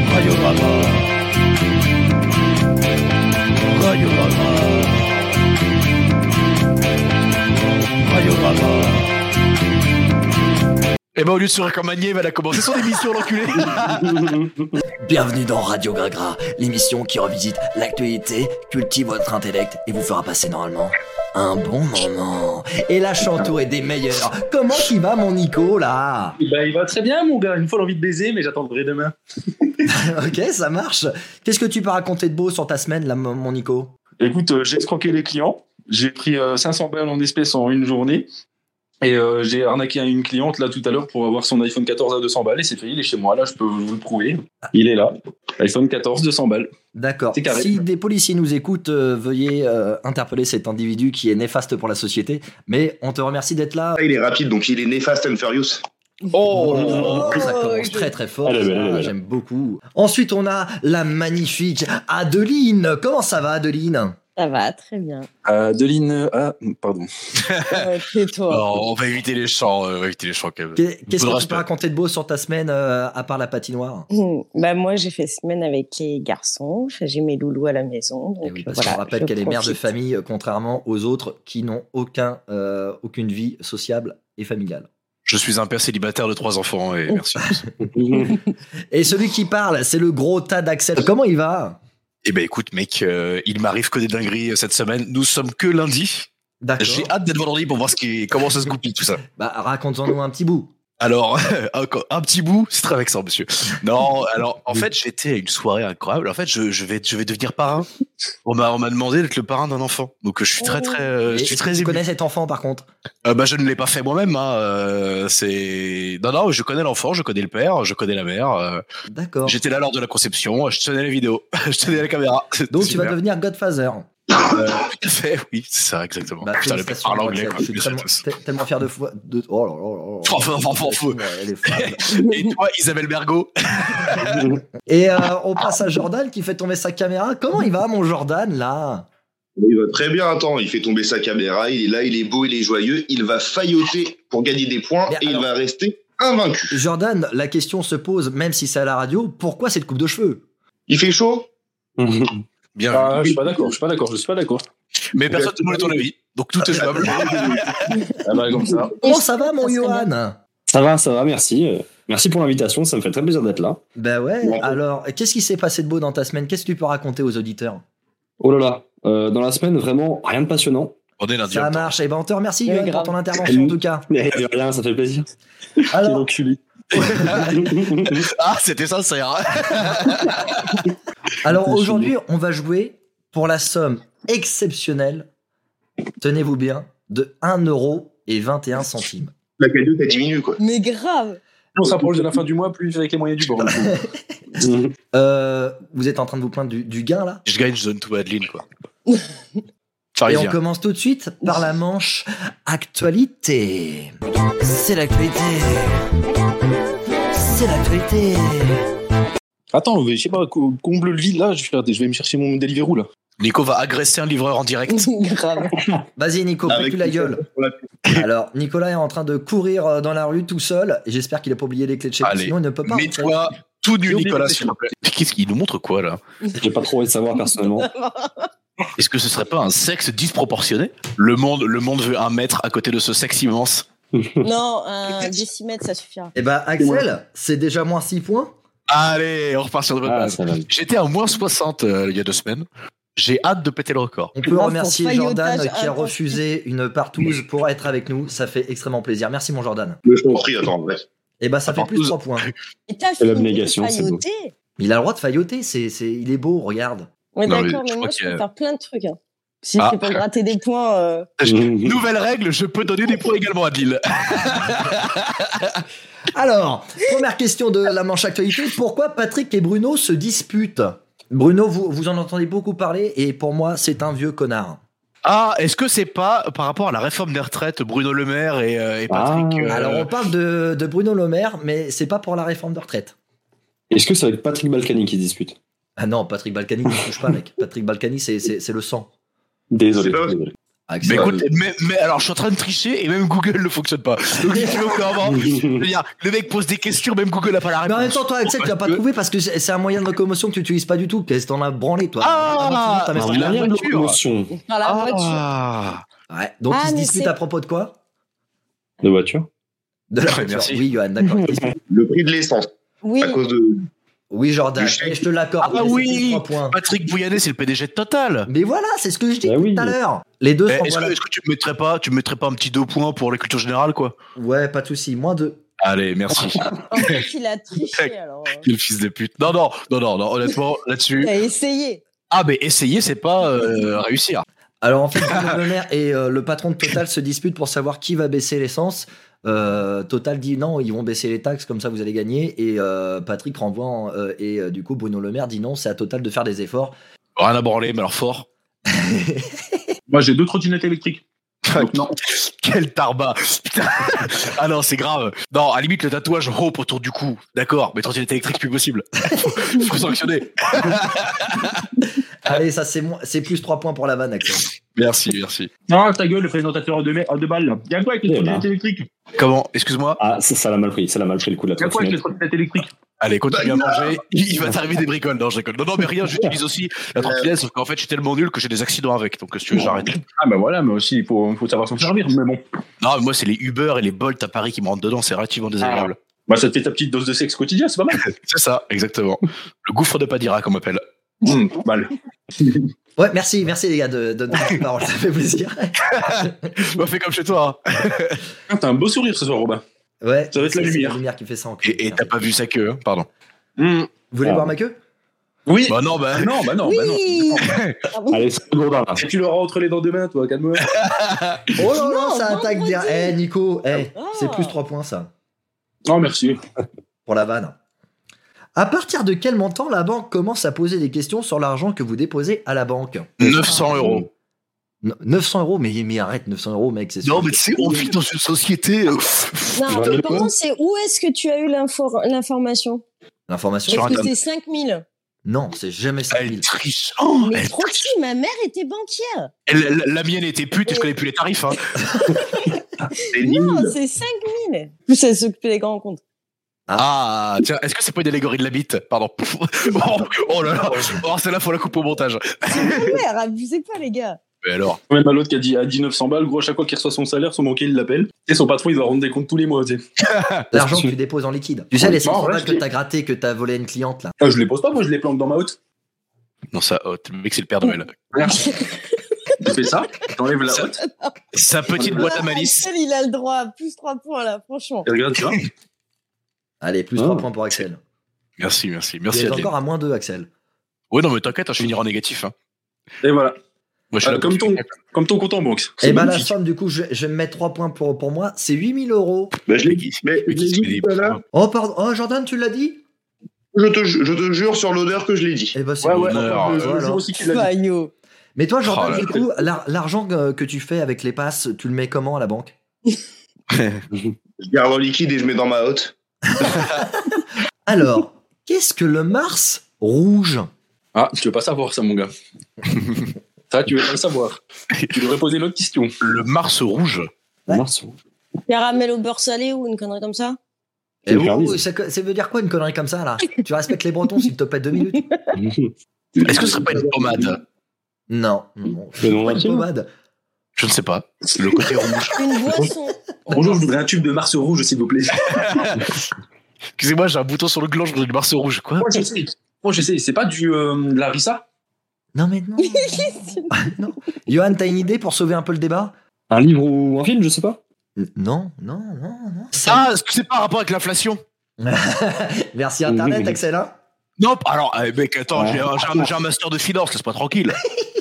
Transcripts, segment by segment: Mama. Radio Mama. Radio Mama. Et ben au lieu de sourire comme Agnès, elle a commencé son émission, l'enculé Bienvenue dans Radio Gragra, l'émission qui revisite l'actualité, cultive votre intellect et vous fera passer normalement un bon moment. Et la chantour est des meilleurs. Comment il va mon Nico là Bah, il va très bien, mon gars. Une fois l'envie de baiser, mais j'attendrai demain. Ok, ça marche. Qu'est-ce que tu peux raconter de beau sur ta semaine là mon mon Nico Écoute, euh, j'ai escroqué les clients. J'ai pris euh, 500 balles en espèces en une journée. Et euh, j'ai arnaqué à une cliente là tout à l'heure pour avoir son iPhone 14 à 200 balles. Et c'est fait, il est chez moi. Là, je peux vous le prouver. Il est là. iPhone 14, 200 balles. D'accord. C'est carré. Si des policiers nous écoutent, euh, veuillez euh, interpeller cet individu qui est néfaste pour la société. Mais on te remercie d'être là. Ah, Il est rapide, donc il est néfaste and furious. Oh, ça commence très très fort. Elle est belle, ça, elle est belle. J'aime beaucoup. Ensuite, on a la magnifique Adeline. Comment ça va, Adeline Ça va, très bien. Adeline. Ah, pardon. Euh, Tais-toi. Non, on va éviter les chants, euh, on va éviter les chants quand même. Qu'est- Qu'est-ce Faudra que tu se peux faire. raconter de beau sur ta semaine euh, à part la patinoire bah, moi, j'ai fait semaine avec les garçons. Enfin, J'ai mes loulous à la maison. Donc, Eh oui, parce voilà, qu'on rappelle je qu'elle est mère de profite. famille, euh, contrairement aux autres qui n'ont aucun, euh, aucune vie sociable et familiale. Je suis un père célibataire de trois enfants et merci. Et celui qui parle, c'est le gros tas d'Axel. Comment il va Eh ben écoute mec, euh, il m'arrive que des dingueries euh, cette semaine. Nous sommes que lundi. D'accord. J'ai hâte d'être vendredi pour voir ce qui, comment ça se goupille tout ça. Bah, raconte-en-nous un petit bout. Alors, un un petit bout, c'est très vexant, monsieur. Non, alors, en fait, j'étais à une soirée incroyable. En fait, je, je vais, je vais devenir parrain. On m'a, on m'a demandé d'être le parrain d'un enfant. Donc, je suis très, très, euh, je Oh. Et suis est-ce très que tu ému. connais cet enfant par contre Euh, bah, je ne l'ai pas fait moi-même. hein. Euh, c'est, non, non, je connais l'enfant, je connais le père, je connais la mère. euh, D'accord. J'étais là lors de la conception, je tenais la vidéo, je tenais la caméra. Donc tu Super. vas devenir Godfather. Euh, tout à fait, oui, c'est ça, exactement. Bah, Putain, le mec félicitations, parle anglais, Axel. quoi. Je suis Merci à tellement, tous. te- tellement fier de foi. De... Oh là là Fran, là fran, là. fran, fran, fou. Ouais, elle est folle. Et toi, Isabelle Bergot Et euh, on passe à Jordan qui fait tomber sa caméra. Comment il va, mon Jordan, là Il va très bien, attends, il fait tomber sa caméra, il est là, il est beau, il est joyeux, il va failloter pour gagner des points Mais et alors- il va rester invaincu. Jordan, la question se pose, même si c'est à la radio, pourquoi cette coupe de cheveux Il fait chaud Bien. Ah, je suis pas d'accord. Je suis pas d'accord. Je suis pas d'accord. Mais personne ne voulait ton avis, donc tout est jouable. bah, Ah, bah, comme ça. Comment Oh, ça va, mon Ça, c'est Johan Ça va, ça va, merci. Euh, Merci pour l'invitation, ça me fait très plaisir d'être là. Ben ouais, Ouais. alors, qu'est-ce qui s'est passé de beau dans ta semaine Qu'est-ce que tu peux raconter aux auditeurs Oh là là, euh, dans la semaine, vraiment, rien de passionnant. On est lundi. en Ça même temps. marche. Et ben on te remercie, Ouais, Johan, pour grave. ton intervention, en tout cas. Mais rien, ça fait plaisir. Quel Alors, enculé. Ah, c'était sincère. Alors Je suis aujourd'hui, on va jouer pour la somme exceptionnelle, tenez-vous bien, de 1 euro et 21 centimes. La cadeau, t'as diminué, quoi. Mais grave. Plus on s'approche de la fin du mois, plus avec les moyens du bord. Euh, vous êtes en train de vous plaindre du, du gain là Je gagne, je donne tout à Adeline, quoi. Et Parisien. on commence tout de suite par la manche actualité. C'est l'actualité. C'est l'actualité. Attends, je sais pas, co- comble le vide là. Je vais, faire des- je vais me chercher mon Deliveroo là. Nico va agresser un livreur en direct. grave. Vas-y Nico, Avec prends-tu la une gueule pour la- Alors Nicolas est en train de courir euh, dans la rue tout seul. et J'espère qu'il a pas oublié les clés de chez lui, Allez, sinon il ne peut pas. rentrer. Mets-toi tout nu, J'ai oublié Nicolas, de s'il te plaît. Qu'est-ce qu'il nous montre quoi, là J'ai pas trop envie de savoir personnellement. Est-ce que ce serait pas un sexe disproportionné le monde, le monde veut un mètre à côté de ce sexe immense. non, un décimètre, ça suffira. Eh ben Axel, c'est déjà moins 6 points. Allez, on repart sur de bonnes Ah, bases. ça va. J'étais à moins 60 euh, il y a deux semaines. J'ai hâte de péter le record. On peut Grave, remercier pour Jordan faillotage qui a intensif. refusé une partouze pour être avec nous. Ça fait extrêmement plaisir. Merci mon Jordan. Je t'en prie, attends, ouais. Et bah ça La fait partouze. plus 3 points. Et t'as fini l'abnégation, de c'est beau. failloter. Il a le droit de failloter, c'est, c'est, il est beau, regarde. Ouais, Non, mais d'accord, je mais, crois moi, je qu'il y peux a- faire plein de trucs. hein. Si Ah. c'est pour gratter des points, euh, Nouvelle règle, je peux donner des points également à Lille. Alors, première question de la manche actualité. Pourquoi Patrick et Bruno se disputent Bruno, vous, vous en entendez beaucoup parler et pour moi, c'est un vieux connard. Ah, est-ce que c'est pas par rapport à la réforme des retraites, Bruno Le Maire et, euh, et Patrick Ah. euh, Alors, on parle de, de Bruno Le Maire, mais c'est pas pour la réforme de retraite. Est-ce que c'est avec Patrick Balkany qui se dispute Ah non, Patrick Balkany, ne touche pas, mec. Patrick Balkany, c'est, c'est, c'est le sang. Désolé. C'est pas vrai. désolé. Mais Axel. écoute, mais, mais alors je suis en train de tricher et même Google ne fonctionne pas. Donc si tu veux vraiment, je veux dire, le mec pose des questions, même Google n'a pas la Mais en réponse. même temps, toi, Axel, tu l'as pas que- trouvé parce que c'est c'est un moyen de locomotion que tu utilises pas du tout. Qu'est-ce que t'en as branlé, toi Ah, T'as mis Un ça la moyen de voiture. locomotion. Dans la voiture. Ah. Ouais. Donc, Ah, ils se mais disputent c'est- à propos de quoi De voiture De la Ouais, voiture. merci. Oui, Johan, d'accord. Ils se disputent. Le prix de l'essence, Oui, à cause de. Oui, Jordan, Du chèque. et je te l'accorde. Ah mais c'est oui. plus trois points. Patrick Bouyanné, c'est le PDG de Total. Mais voilà, c'est ce que je dis Bah tout oui. à l'heure. Les deux Eh, Est-ce sont que, voilà. est-ce que tu me mettrais pas, tu me mettrais pas un petit deux points pour la culture générale, quoi Ouais, pas de souci. Moins deux. Allez, merci. en fait, il a triché, alors. euh, Quel fils de pute. Non, non, non, non, non honnêtement, là-dessus. T'as essayé. Ah, mais essayer, c'est pas euh, réussir. Alors en fait, Bruno Le Maire et euh, le patron de Total se disputent pour savoir qui va baisser l'essence. Euh, Total dit non, ils vont baisser les taxes, comme ça vous allez gagner. Et euh, Patrick renvoie en- euh, et euh, du coup Bruno Le Maire dit non, c'est à Total de faire des efforts. Rien à branler, mais alors fort. Moi, j'ai deux trottinettes électriques. Donc, non. Quel tarba Putain Ah non, c'est grave. Non, à la limite, le tatouage rope autour du cou. D'accord, mais trottinette électrique, plus possible. faut, faut sanctionner. Allez, ça c'est moins- c'est plus 3 points pour la vanne. Axel. Merci, merci. Ah, ta gueule, le présentateur oh, à deux, mè- à deux balles. Y'a quoi avec les Voilà. trottinettes électriques Comment Excuse-moi. Ah, ça, ça l'a mal pris. Ça l'a mal pris le coup de la Y'a quoi avec les trottinette. trottinettes électriques Allez, continue à manger. Il il va t'arriver des bricoles. Non, je déconne. Non, non, mais rien, j'utilise aussi la trottinette, sauf qu'en fait, je suis tellement nul que j'ai des accidents avec. Donc, si tu veux, j'arrête. Ah, bah voilà, mais aussi, il faut, faut savoir s'en servir. Mais bon. Non, mais moi, c'est les Uber et les Bolt à Paris qui me rentrent dedans. C'est relativement désagréable. Bah, ça te fait ta petite dose de sexe quotidien, c'est pas mal. C'est ça, exactement. Le gouffre de Padira, qu'on m'appelle. Hum, pas mal. Ouais, merci, merci les gars de, de, de la parole, ça fait plaisir. Bah, fais comme chez toi. hein. Ah, T'as un beau sourire ce soir, Robin. Ouais. Ça va être la c'est- c'est lumière. qui fait ça en Et et t'as pas vu sa queue, hein, pardon. Vous voulez Ah. voir ma queue Oui. Bah, non, bah. Ah non, bah non, bah non. oui Ah Allez, c'est bon là. Et tu l'auras entre les dents demain, toi, calme-toi. Oh là là, Non, ça attaque vendredi. bien. Eh Nico, eh, Ah. c'est plus 3 points ça. Non, Oh, merci. pour la vanne. À partir de quel montant la banque commence à poser des questions sur l'argent que vous déposez à la banque 900 euros. No- 900 euros, mais, mais arrête, 900 euros, mec, c'est Non, sûr. mais tu sais, on vit dans une société. euh, pff, Non, J'aurais mis l'important, c'est où est-ce que tu as eu l'infor- l'information L'information Sur Est-ce que Internet. c'est 5000 Non, c'est jamais 5000. Elle triche. Oh, Mais elle trop triche. si, ma mère était banquière Elle- la, la mienne était pute et je connais plus les tarifs. hein. C'est Non, nul. c'est 5000 Plus elle s'occupe des grands comptes. Ah, tiens, est-ce que c'est pas une allégorie de la bite Pardon. Pouf. Oh, oh là là. Oh, celle-là, faut la couper au montage. C'est ma mère, abusez pas, les gars Mais alors Même à bah, l'autre qui a dit à 1900 balles, gros, à chaque fois qu'il reçoit son salaire, son banquier, il l'appelle. Et son patron, il doit rendre des comptes tous les mois, tu sais. L'argent que tu déposes en liquide. Tu sais, les Oui, non, 500 là, balles je que l'ai. t'as gratté, que t'as volé à une cliente, là. Ah, je les pose pas, moi, je les planque dans ma haute. Non, ça haute. Le mec, c'est le père Noël. Tu fais ça, t'enlèves la Ça- haute, Sa petite boîte à malice. Axel, Ah, il a le droit à plus 3 points, là, franchement. et regarde, tu vois. Allez, plus Oh. 3 points pour Axel. Merci, merci. Tu Ah Merci, es Adeline. encore à moins 2, Axel. Ouais, non, mais t'inquiète, hein, je finirai en négatif. hein. Et voilà. Moi, je suis Ah, là pour comme ton- faire- Comme ton compte en banque. Et C'est bah, la magnifique. somme, du coup, je, je vais me mettre 3 points pour, pour moi. C'est 8000 euros. Bah, je l'ai dit. Mais Mais qui je se l'ai met dit des tout à l'heure. Oh, pardon. Oh, Jordan, tu l'as dit Je te, ju- je te jure sur l'odeur que je l'ai dit. Eh bah, c'est Ouais, bon. ouais, Bonheur, je- je- je voilà. jure aussi qu'il l'a dit. Faillot Mais toi, Jordan, euh, Oh là du coup, l'ar- l'argent euh, que que tu fais avec les passes, tu le mets comment à la banque Je garde en liquide et je mets dans ma hotte. Alors, qu'est-ce que le Mars rouge Ah, tu veux pas savoir ça, mon gars. ça, tu veux pas le savoir. Tu devrais poser une autre question. Le Mars rouge. Ouais. Marceau. Caramel au beurre salé ou une connerie comme ça C'est Eh le ouh, Jarvis. ça, co- ça veut dire quoi une connerie comme ça là Tu respectes les Bretons s'il te plaît deux minutes Est-ce que ce serait pas une pommade Non. non. Le nom Pas d'un une film pommade. Je ne sais pas. Le côté rouge. Une boisson Bonjour, je voudrais un tube de Mars rouge, s'il vous plaît. Excusez-moi, j'ai un bouton sur le gland, je voudrais du Mars rouge. Quoi Moi, je sais. Moi, je sais. C'est pas du, euh, de la Rissa Non mais non. non. Johan, t'as une idée pour sauver un peu le débat Un livre ou un film, je sais pas. N- Non, non, non, non. Ça- Ah, est-ce que c'est pas un rapport avec l'inflation Merci Internet, Axel. hein Non, p- alors, eh, mec, attends, Ouais. j'ai un, j'ai un- j'ai un master de finance, laisse pas tranquille.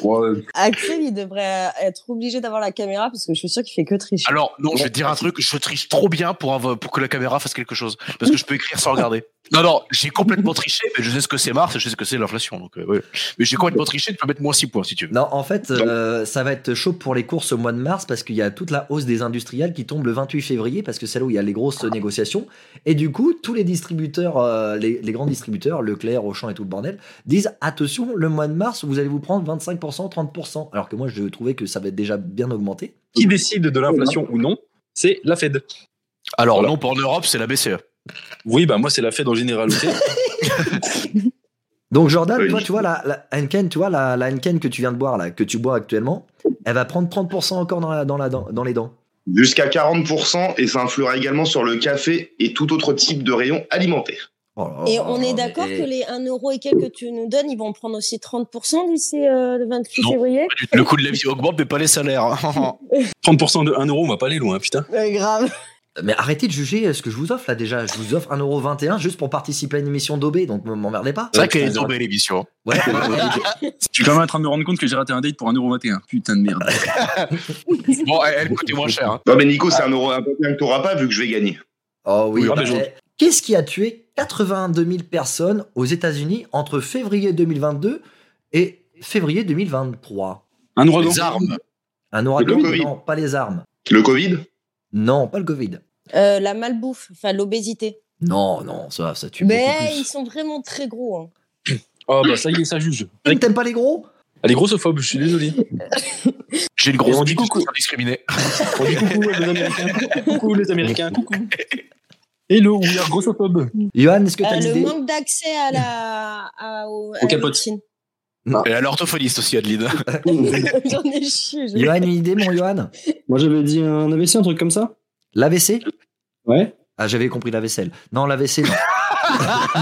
Ouais. Axel, il devrait être obligé d'avoir la caméra parce que je suis sûr qu'il fait que tricher. Alors, non, je vais te dire un truc, je triche trop bien pour, avoir- pour que la caméra fasse quelque chose. Parce que je peux écrire sans regarder. Non, non, j'ai complètement triché, mais je sais ce que c'est Mars, et je sais ce que c'est l'inflation. Donc, euh, ouais. Mais j'ai complètement triché, tu peux mettre moins 6 points si tu veux. Non, en fait, euh, ça va être chaud pour les courses au mois de mars parce qu'il y a toute la hausse des industriels qui tombe le 28 février parce que c'est là où il y a les grosses négociations. Et du coup, tous les distributeurs, euh, les, les grands distributeurs, Leclerc, Auchan et tout le bordel, disent attention, le mois de mars, vous allez vous prendre 25%, 30%. Alors que moi, je trouvais que ça va être déjà bien augmenté. Qui décide de l'inflation ou non C'est la Fed. Alors, Voilà. non, pour l'Europe, c'est la E. BCE. Oui, bah moi, c'est la Fed en général. ok Donc, Jordan, Oui. toi, tu vois, la, la Heineken, tu vois, la, la Heineken que tu viens de boire, là, que tu bois actuellement, elle va prendre 30% encore dans, la- dans, la, dent- dans les dents. Jusqu'à 40% et ça influera également sur le café et tout autre type de rayon alimentaire. Oh là Et là, on est d'accord mais- que les 1 euro et quelques que tu nous donnes, ils vont prendre aussi 30% d'ici euh, le 28 Non. février Le coût de la vie augmente, mais pas les salaires. 30% de 1 euro, on va pas aller hein, loin, putain. Euh, Grave. Mais arrêtez de juger euh, ce que je vous offre là déjà. Je vous offre 1,21€ juste pour participer à une émission d'OB, donc m- m'emmerdez pas. c'est vrai qu'elle est tombée l'émission. Ouais. Je suis quand même en train de me rendre compte que j'ai raté un date pour 1,21€. Putain de merde. Bon, elle, elle coûtait moins cher. hein. Non, mais Nico, c'est un euro un peu que t'auras pas vu que je vais gagner. oh oui. Oui, ah, mais je- Eh, Qu'est-ce qui a tué 82 000 personnes aux États-Unis entre février 2022 et février 2023 Un ouragan. Les armes. Un ouragan Le Covid. Non, pas les armes. Le Covid Non, pas le Covid. Euh, la malbouffe, enfin l'obésité. Non, non, ça, ça tue beaucoup Mais plus. Ben, ils sont vraiment très gros. hein. Ah, Oh bah ça y est, ça juge. T'aimes pas les gros Elle est grossophobe, je suis désolé. J'ai une grosse Et on dit bite, je coucou. suis discriminé. On dit coucou les Américains. Coucou les Américains, coucou. Hello, we are grossophobe. Johan, est-ce que Euh, t'as une le idée manque d'accès à la. À, au, à la capote. médecine. Et à l'orthophoniste aussi, Adeline. J'en ai chié. je- Johan, une idée, mon Johan Moi, j'avais dit un AVC, un truc comme ça L'AVC Ouais. Ah, j'avais compris la vaisselle. Non, l'AVC, non.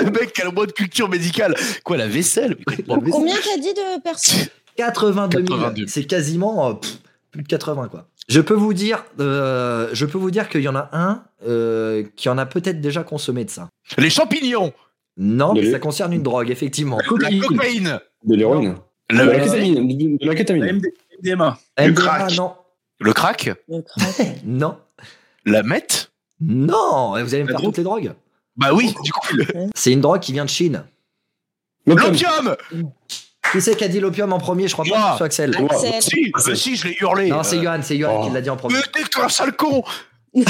le mec qui a le moins de culture médicale. Quoi, la vaisselle Mais quoi, L'AVC. Combien t'as dit de personnes 82 000. 82. C'est quasiment euh, pff, plus de 80 quoi. Je peux vous dire, euh, je peux vous dire qu'il y en a un euh, qui en a peut-être déjà consommé de ça. Les champignons, Non, De mais l'é- ça concerne une drogue effectivement. la Cocaïne. cocaïne, De l'héroïne. le, De la Euh, kétamine. de- de la kétamine. MDMA. Du MDMA, crack. non, le crack, non, la meth. non. Vous allez La me faire drogue. toutes les drogues. Bah oui, du coup, le- C'est une drogue qui vient de Chine. L'opium. l'opium. Qui c'est qui a dit l'opium en premier Je crois pas Moi. que ce soit Axel. Axel. Si, bah si, je l'ai hurlé. Non, c'est Euh, Johan, c'est Johan Oh. qui l'a dit en premier. Mais t'es un sale con Ah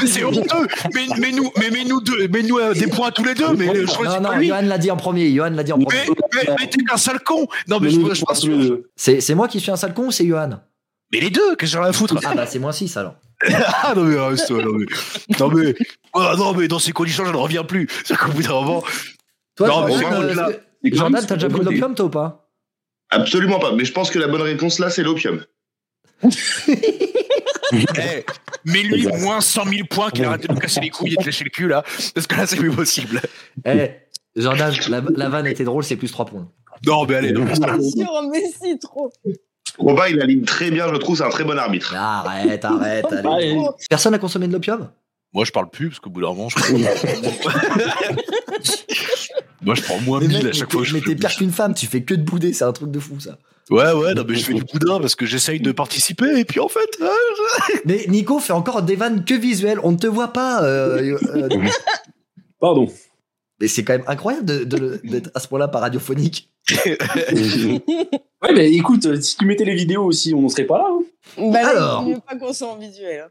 Mais C'est honteux Mais, mais nous, mais, mais nous deux, mais nous euh, des points tous les deux, mais euh, choisis Non, non, pas lui Johan l'a dit en premier. Johan l'a dit en Mais, premier. mais, mais t'es un sale con Non mais je, je, pense- C'est c'est moi qui suis un sale con ou c'est Johan Mais les deux, qu'est-ce que j'en ai à foutre Ah bah c'est moins 6 alors. Ah non mais reste, non mais. Non mais. Ah, non mais dans ces conditions je ne reviens plus. C'est qu'au bout d'un moment. Toi, Non, mais Jordan, c'est euh, au-delà. est-ce que- Jordan, t'as déjà pris de l'opium toi ou pas Absolument pas, mais je pense que la bonne réponse là, c'est l'opium. Eh, mais lui, Exact. moins 100 000 points qu'il arrête de nous casser les couilles et de lâcher le cul là. Parce que là c'est plus possible. Eh, Jordan, la, la vanne était drôle, c'est plus 3 points. Non mais allez. non. Sûr, mais c'est trop. Robin, il aligne très bien, je trouve, c'est un très bon arbitre. Arrête, arrête, Ah, allez. Personne n'a consommé de l'opium Moi je parle plus parce qu'au bout d'un moment je. Moi je prends moins Mais 1000 Oh, à mec, chaque fois mais que t'es- je Mais t'es je- pire qu'une femme, tu fais que de bouder, c'est un truc de fou ça. Ouais, ouais, non, mais je fais du boudin parce que j'essaye de participer et puis en fait. hein, Mais Nico fait encore des vannes que visuelles, on ne te voit pas. euh, euh, Pardon. mais c'est quand même incroyable de- de- d'être à ce point-là pas radiophonique. Ouais, mais écoute, euh, si tu mettais les vidéos aussi, on n'en serait pas là. hein. Bah là, Alors. il vaut mieux pas qu'on soit en visuel. hein.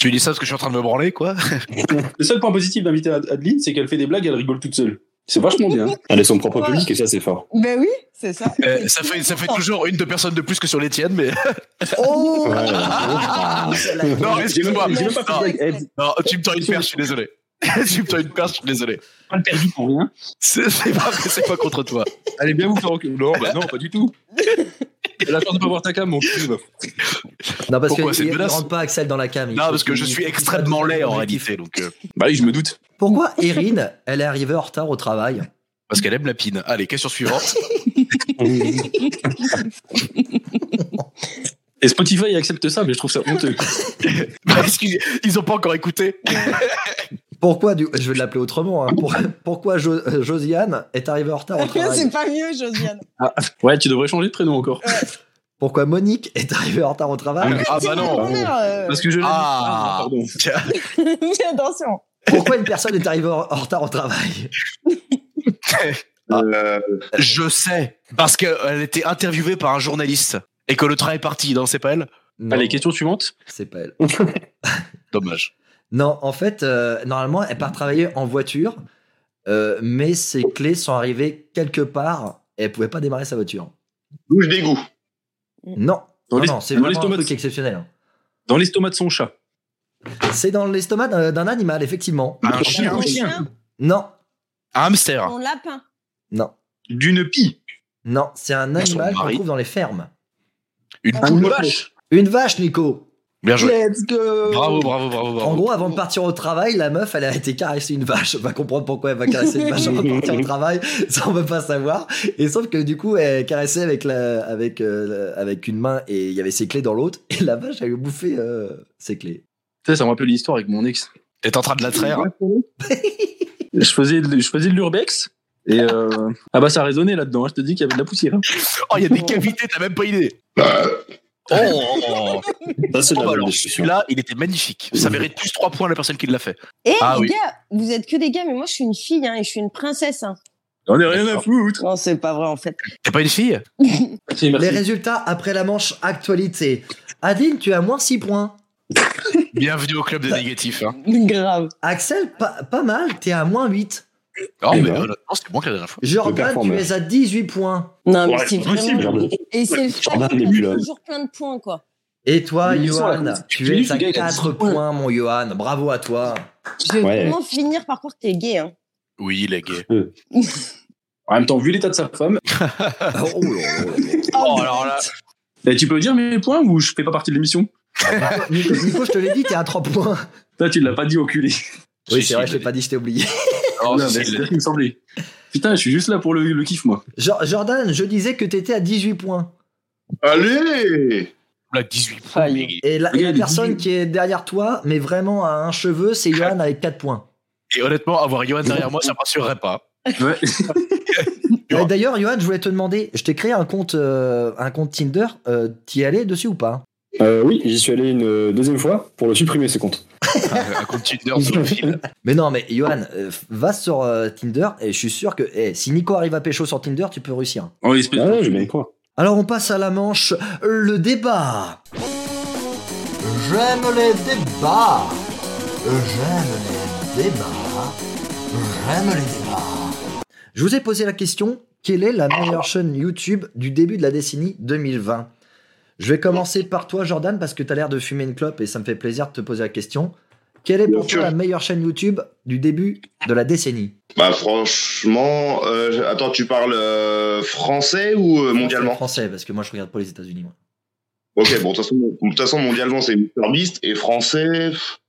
Tu dis ça parce que je suis en train de me branler, quoi. Le seul point positif d'inviter Ad- Adeline, c'est qu'elle fait des blagues, elle rigole toute seule. C'est vachement bien. Elle est son propre public et ça, c'est fort. Ben oui, c'est ça. Euh, ça, fait, ça fait toujours une de personnes de plus que sur les tiennes, mais. Oh Ouais. Non, excuse-moi. J'ai même pas Non, fait de blague. Eh, non, tu me tends une perche, je suis désolé. tu me tends une perche, je suis désolé. pas le perdu pour rien. C'est c'est pas, c'est pas contre toi. Allez bien vous faire enculer. Non, bah non, pas du tout. Elle a peur de pas voir ta cam, mon cul. Non, parce Pourquoi, que c'est il- il dégueulasse rentre pas Axel dans la cam. il Non, faut parce que qu'il- je suis il faut qu'il extrêmement soit laid en objectif. réalité, donc. euh, Bah oui, je me doute. Pourquoi Erin, elle est arrivée en retard au travail parce qu'elle aime la pine. Allez, question suivante. Et Spotify accepte ça, mais je trouve ça honteux. Bah, excusez, ils ont pas encore écouté. Pourquoi, du... je vais l'appeler autrement, hein. Pour- pourquoi Jo- euh, Josiane est arrivée en retard au travail c'est pas mieux, Josiane. Ouais, tu devrais changer de prénom encore. Pourquoi Monique est arrivée en retard au travail Ah bah C'est non. Ah, hein, l'envers, euh. Parce que je l'ai Ah. dit. Attention. Pourquoi une personne est arrivée en en retard au travail Euh, Je sais, parce qu'elle était interviewée par un journaliste et que le train est parti, non, c'est pas elle Non, Allez, question suivante. c'est pas elle. Dommage. Non, en fait, euh, normalement, elle part travailler en voiture, euh, mais ses clés sont arrivées quelque part et elle pouvait pas démarrer sa voiture. douche d'égout. Non, Dans non, les- non, c'est dans vraiment un l'estomac de- truc exceptionnel. hein. Dans l'estomac de son chat. C'est dans l'estomac d'un d'un animal, effectivement. Un chien. chien, Mon chien. chien, Non, un hamster, mon lapin. non, D'une pie. non, c'est un Son animal qu'on mari. trouve dans les fermes. une Une poule. vache. Une vache, Nico. Bien joué. Bravo, bravo, bravo, En bravo. gros, avant de partir au travail, la meuf, elle a été caresser une vache. On va comprendre pourquoi elle va caresser une vache avant de partir au travail. Ça, on va pas savoir. Et sauf que du coup, elle caressait avec la, avec, euh, la- avec une main et il y avait ses clés dans l'autre. Et la vache, elle a bouffé euh, ses clés. Tu sais, ça me rappelle l'histoire avec mon ex. T'es en train de la traire. Je faisais, de- je faisais de l'urbex. Et euh, ah bah ça résonnait là-dedans, hein. je te dis qu'il y avait de la poussière. hein. Oh, il y a des cavités, t'as même pas idée. Bah, Oh, Ça, c'est de Oh, bah la bonne alors, discussion. celui-là, il était magnifique. Ça mérite plus 3 points à la personne qui l'a fait. Eh Ah les oui. gars, vous êtes que des gars, mais moi je suis une fille hein, et je suis une princesse. Hein. J'en ai rien à foutre. Non, c'est pas vrai en fait. T'es pas une fille Merci, Les merci. résultats après la manche actualité. Adeline, tu as moins 6 points. Bienvenue au club des négatifs. Hein. Grave. Axel, pas, pas mal, t'es à moins 8. Oh, Eh mais ben. honnêtement, c'était moins que la dernière fois. Jordan, tu performeur. es à 18 points. Non, Ah, mais Ouais, c'est c'est possible, vraiment... Jordan. Et c'est le fait Jordan, qu'on début, a là. toujours plein de points, quoi. Et toi, Mais ils sont à la Johan, course. tu Je te dis, es ce à gars, il a 4 10 points. points, mon Johan. Bravo à toi. Je vais Ouais. vraiment finir par croire que t'es gay. Hein. Oui, il est gay. En même temps, vu l'état de sa femme, Oh là là. Oh, alors là. eh, tu peux dire mes points ou je fais pas partie de l'émission Nico, Nico, je te l'ai dit, t'es à 3 points. Toi, tu l'as pas dit culé. Oui, Si, c'est si, vrai, il je t'ai l'a pas dit, je t'ai oublié. Oh, Non, si, mais si, c'est il ce qui me semblait. Putain, je suis juste là pour le, le kiff, moi. Jo- Jordan, je disais que t'étais à 18 points. Allez l'a- 18 points. mais- Et la, et la Regarde, personne 18. qui est derrière toi, mais vraiment à un cheveu, c'est Johan avec 4 points. Et honnêtement, avoir Johan derrière moi, ça me rassurerait pas. Ouais. Johan. Euh, D'ailleurs, Johan, je voulais te demander, je t'ai créé un compte, euh, un compte Tinder, euh, t'y allais dessus ou pas Euh, oui, j'y suis allé une euh, deuxième fois pour le supprimer, ce compte. Euh, un compte Tinder sur le fil. Mais non, mais Johan, euh, va sur euh, Tinder et je suis sûr que eh, si Nico arrive à pécho sur Tinder, tu peux réussir. En espèce Ah de ouais, j'ai culé. bien le point. Alors on passe à la manche, le débat. J'aime les débats. J'aime les débats. J'aime les débats. Je vous ai posé la question, quelle est la meilleure chaîne YouTube du début de la décennie 2020 Je vais commencer par toi Jordan parce que tu as l'air de fumer une clope et ça me fait plaisir de te poser la question. Quelle est pour Bien sûr. toi la meilleure chaîne YouTube du début de la décennie Bah franchement, euh, attends, tu parles euh, français ou euh, mondialement Français parce que moi je regarde pas les États-Unis. moi. Ok, bon, de toute façon, de toute façon, mondialement, c'est MrBeast et français. pff,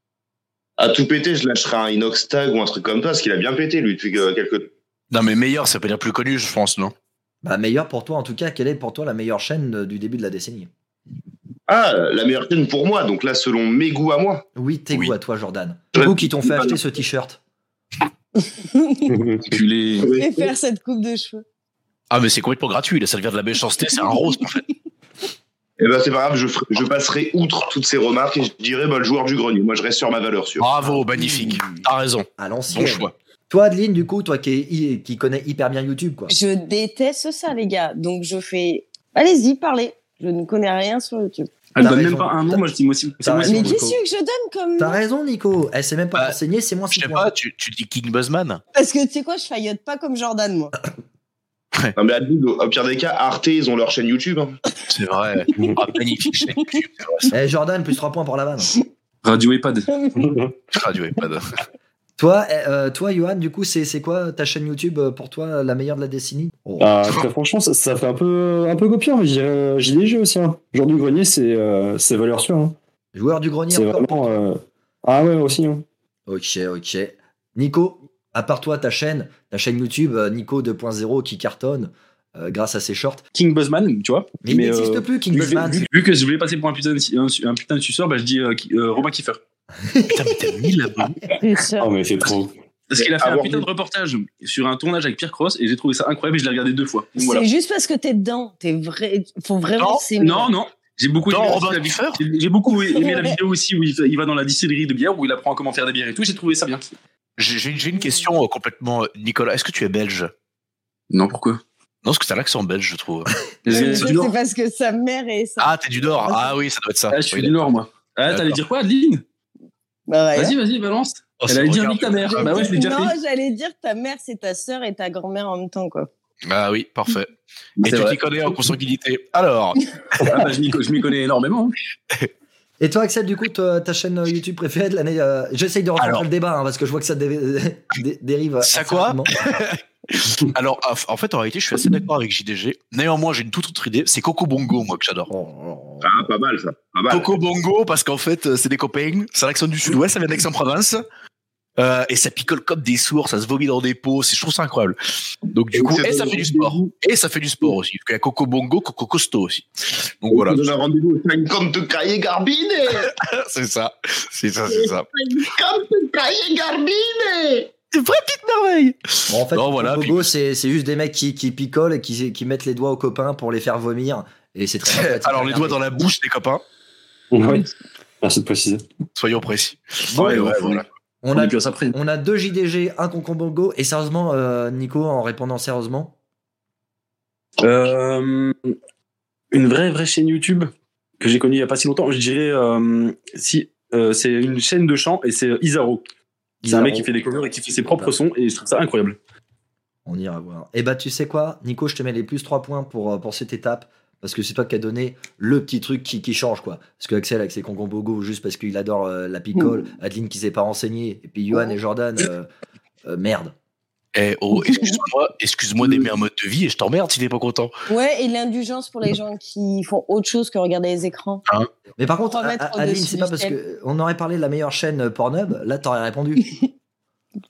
À tout péter, je lâcherai un Inox Tag ou un truc comme ça, parce qu'il a bien pété, lui, depuis euh, quelques temps. Non, mais meilleur, ça peut dire plus connu, je pense, non Bah meilleure pour toi en tout cas, quelle est pour toi la meilleure chaîne euh, du début de la décennie Ah, la meilleure chaîne pour moi, donc là, selon mes goûts à moi. Oui, tes Oui. goûts à toi Jordan. Ouais. Ou qui t'ont fait acheter ce t-shirt. Culé. Et faire cette coupe de cheveux. Ah, mais c'est complètement gratuit, là, ça devient de la méchanceté, c'est un rose, en fait. Eh ben, c'est pas grave, je, ferai- je passerai outre toutes ces remarques et je dirai, bah, le joueur du grenier. Moi, je reste sur ma valeur sûre. Bravo, magnifique. T'as raison, À bon l'ancienne. choix. toi Adeline, du coup, toi qui, est hi- qui connais hyper bien YouTube, quoi. Je déteste ça, les gars. Donc je fais. Allez-y, parlez. Je ne connais rien sur YouTube. Elle T'as donne raison. même pas un nom, moi je dis moi aussi. T'as C'est moi raison. aussi. Mais Nico. qu'est-ce que je donne comme. T'as nom raison, Nico. Elle s'est même pas Bah, renseignée, c'est moins Je six sais points. pas, tu, tu dis King Buzzman Parce que tu sais quoi, je faillote pas comme Jordan, moi. Non, mais Adeline, au au pire des cas, Arte, ils ont leur chaîne YouTube. hein. C'est vrai. Ah, magnifique chaîne YouTube, c'est vrai, Eh, Jordan, plus 3 points pour la vanne. Radio EHPAD. ça. Radio Epad. toi, eh, euh, toi, Johan, du coup, c'est c'est quoi ta chaîne YouTube euh, pour toi la meilleure de la décennie Oh. Ah, très franchement, ça, ça fait un peu, un peu copiant. J'y euh, j'y ai déjà aussi. Hein. Genre du grenier, c'est euh, c'est valeur sûre. Hein. Joueur du grenier. C'est encore. vraiment. euh, Ah ouais, aussi. Hein. Ok, ok. Nico, à part toi, ta chaîne, ta chaîne YouTube euh, Nico 2.0 qui cartonne euh, grâce à ses shorts. King Buzzman, tu vois. Mais, il Mais, n'existe euh, plus, King Vu, Buzzman. vu- vu que je voulais passer pour un putain de, su- un, su- un putain de suceur, bah, je dis euh, qui- euh, Robin Kiefer. Putain, mais t'as 1000 abonnés. Ah, Oh, mais c'est trop. Parce qu'il a fait un Avoir putain vu. de reportage sur un tournage avec Pierre Cross et j'ai trouvé ça incroyable et je l'ai regardé deux fois. Donc, voilà. C'est juste parce que t'es dedans. T'es vrai. Faut vraiment. Non, s'aimer. non, non. J'ai beaucoup Dans aimé Robin la- Hoeffer j'ai- j'ai beaucoup aimé la vidéo aussi où il va- il va dans la distillerie de bière où il apprend comment faire des bières et tout. J'ai trouvé ça bien. J'ai j'ai une, j'ai une question euh, complètement. euh, Nicolas, est-ce que tu es belge Non, pourquoi Non, parce que t'as l'accent belge, je trouve. Euh, Mais Je ça, suis du Nord. C'est parce que sa mère est ça. Ah, t'es du Nord Ah oui, ça doit être ça. Ah, je suis Oui, du Nord, moi. Ah, t'allais D'accord. dire quoi, Adeline Bah ouais. Vas-y, vas-y, balance. Oh, Elle ça allait dire regarde. nique ta mère. Ah Bah ouais, je l'ai déjà non, fait. j'allais dire ta mère, c'est ta sœur et ta grand-mère en même temps, quoi. Ah oui, parfait. Et C'est tu vrai. t'y connais en consanguinité. Alors, Ah bah, je m'y co- je m'y connais énormément. hein, Et toi, Axel, du coup, toi, ta chaîne euh, YouTube préférée de l'année euh, J'essaye de recentrer Alors. le débat hein, parce que je vois que ça dé- dé- dérive. Ça assez quoi rapidement. alors, en- en fait, en réalité, je suis assez d'accord avec JDG. Néanmoins, j'ai une toute autre idée. C'est Coco Bongo, moi, que j'adore. Oh, Ah, pas mal ça. Pas mal. Coco Bongo, parce qu'en fait, euh, c'est des copains. C'est l'accent du sud-ouest, ça vient d'Aix-en-Provence. Euh, et ça picole comme des sourds, ça se vomit dans des pots. c'est- Je trouve ça incroyable. Donc, du Et coup, c'est et ça de- fait du sport. Et ça fait du sport aussi. Parce qu'il y a Coco Bongo, Coco Costo aussi. Donc voilà, On donne un rendez-vous au 50 cahiers Garbine c'est ça. C'est ça, c'est ça. 50 cahiers Garbine C'est vrai, petite merveille. Bon, en fait, Non, voilà, le bobo, c'est c'est juste des mecs qui, qui picolent et qui, qui mettent les doigts aux copains pour les faire vomir. Et c'est très sympathique à Alors, les doigts regarder. dans la bouche des copains, Oui. Merci de préciser. soyons précis. Bon, Ouais, ouais, voilà. on, a, plus après. on a deux JDG, un concombogo. Et sérieusement, euh, Nico, en répondant sérieusement, Euh, une vraie, vraie chaîne YouTube que j'ai connue il n'y a pas si longtemps. Je dirais, euh, si, euh, c'est une chaîne de chant et c'est euh, Isaro. C'est un Isaro. mec qui fait des covers et qui fait ses propres sons et je trouve ça incroyable. on ira voir. Et bah, tu sais quoi, Nico, je te mets les plus 3 points pour, euh, pour cette étape. Parce que c'est toi qui as donné le petit truc qui, qui change, quoi. Parce que Axel, avec ses concombogo, juste parce qu'il adore euh, la picole, Adeline qui s'est pas renseignée, et puis Johan et Jordan, euh, euh, merde. Eh oh, excuse-moi, excuse-moi d'aimer un mode de vie et je t'emmerde si t'es pas content. Ouais, et l'indulgence pour les gens qui font autre chose que regarder les écrans. Mais par contre, Remettre A- A- Adeline, au-dessus c'est pas du parce ciel. que on aurait parlé de la meilleure chaîne euh, Pornhub, là t'aurais répondu.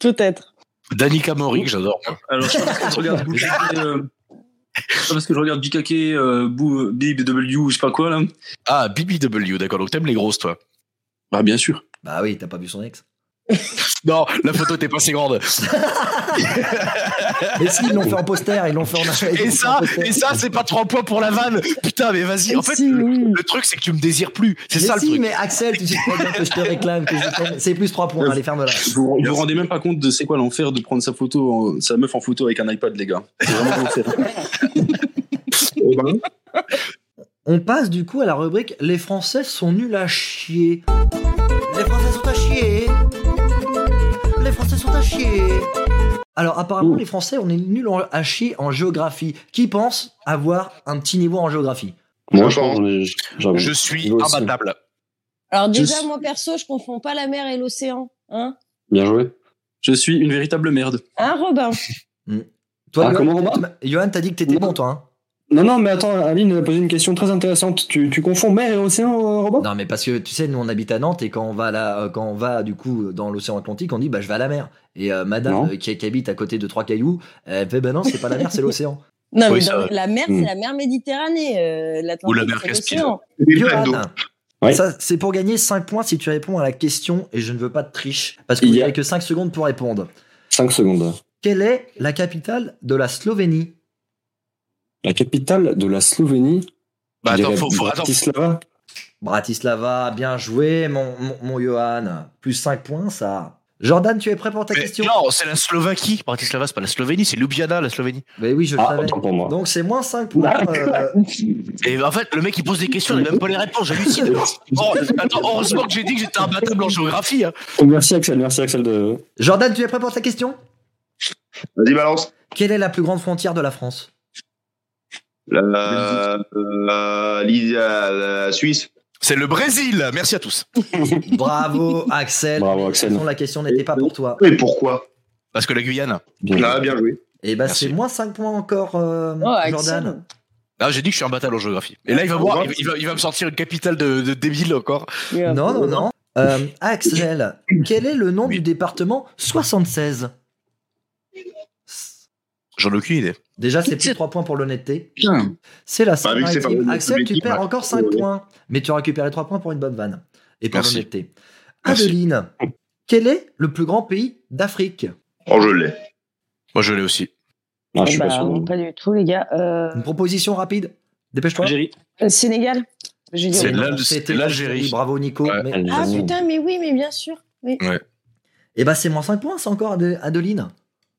Peut-être. Danica Mori, que j'adore. moi. Alors, c'est pas parce que je regarde Bukake, euh, c'est pas parce que je regarde Bukake, euh, Bou- BBW ou je sais pas quoi là. Ah, BBW, d'accord. Donc, t'aimes les grosses, toi. Bah, bien sûr. bah oui, t'as pas vu son ex. Non, la photo t'es pas si grande. Mais si, ils l'ont fait en poster, ils l'ont fait en ils Et l'ont ça, fait en poster. et ça, c'est pas trois points pour la vanne. Putain, mais vas-y. En fait, Si, le, oui. le truc, c'est que tu me désires plus. C'est Mais ça si, le truc. mais Axel, tu sais très bien que je te réclame, que je t'aime. C'est plus 3 points, allez, ferme-la. Vous vous vous rendez même pas compte de c'est quoi l'enfer de prendre sa photo, en- sa meuf en photo avec un iPad, les gars. C'est vraiment l'enfer. On passe du coup à la rubrique Les Français sont nuls à chier. Les Français sont à chier. Les Français sont à chier. Alors apparemment, les Français, on est nuls en- à chier en géographie. Qui pense avoir un petit niveau en géographie Moi, je Franchement, pense. on est- j'avoue. Je suis Moi aussi. imbattable. Alors Je déjà, suis- moi perso, je confonds pas la mer et l'océan. Hein Bien joué. Je suis une véritable merde. Hein, Robin Toi, Ah, Johan, comment on va tu m'as- Johan, t'as dit que t'étais Non. bon, toi. hein Non, non, mais attends, Aline a posé une question très intéressante. Tu, tu confonds mer et océan, euh, Robin Non, mais parce que tu sais, nous on habite à Nantes et quand on va là, euh, quand on va du coup dans l'océan Atlantique, on dit bah je vais à la mer. Et euh, Non. madame euh, qui, qui habite à côté de trois cailloux, elle fait bah non, c'est pas la mer, c'est l'océan. Non, Oui, mais ça dans- va. la mer, Mm. c'est la mer Méditerranée. euh, l'Atlantique, Ou la mer c'est Caspienne. l'océan. Des Johan, plaques d'eau. Ouais. ça c'est pour gagner 5 points si tu réponds à la question et je ne veux pas de triche parce que Il vous y a- n'avez que 5 secondes pour répondre. 5 secondes. Quelle est la capitale de la Slovénie La capitale de la Slovénie. Bah, je attends, dirais faut, faut- attends, Bratislava. Bratislava, bien joué, mon, mon, mon Johan. Plus 5 points, ça. Jordan, tu es prêt pour ta mais question non, c'est la Slovaquie. Bratislava, c'est pas la Slovénie, c'est Ljubljana, la Slovénie. Mais Ben oui, je le Ah, savais. autant pour moi. Donc c'est moins 5 points. euh, Et en fait, le mec, il pose des questions, il a même pas les réponses. J'hallucine. Oh, attends, heureusement que j'ai dit que j'étais imbattable en géographie. hein. Merci Axel, merci Axel de. Jordan, tu es prêt pour ta question Vas-y, balance. Quelle est la plus grande frontière de la France La, la- la- la Suisse. C'est le Brésil. Merci à tous. Bravo Axel. Bravo De toute Axel. façon, la question n'était pas pour toi. Mais pourquoi Parce que la Guyane. Bien joué. Ah, bien joué. Et bah Merci. c'est moins 5 points encore euh, Oh, Axel. Jordan. Ah, j'ai dit que je suis imbattable en géographie. Et là, il va voir, il, va- il va, il va me sortir une capitale de, de débile encore. Oui, un Non non peu. non. Euh, Axel, quel est le nom Oui. du département 76 J'en ai aucune idée. Déjà c'est plus 3 points pour l'honnêteté. Putain. C'est la Bah, vu que c'est pas Seine-Maritime. bon, Axel, tu l'équipe, perds bah, ouais. encore 5 points, mais tu as récupéré 3 points pour une bonne vanne et pour Merci. l'honnêteté. Merci. Adeline, quel est le plus grand pays d'Afrique Oh, je l'ai. Moi, je l'ai aussi. Ah, je Eh suis bah, pas sûr. pas du tout, les gars. Euh, Une proposition rapide. Dépêche-toi. Algérie. Sénégal J'ai dit- C'est Et là- on c'est fêtait l'Algérie. aujourd'hui. Bravo Nico. Ouais. Mais- Ah putain, mais oui, mais bien sûr. Oui. Eh ben c'est moins 5 points, c'est encore Ade- Adeline.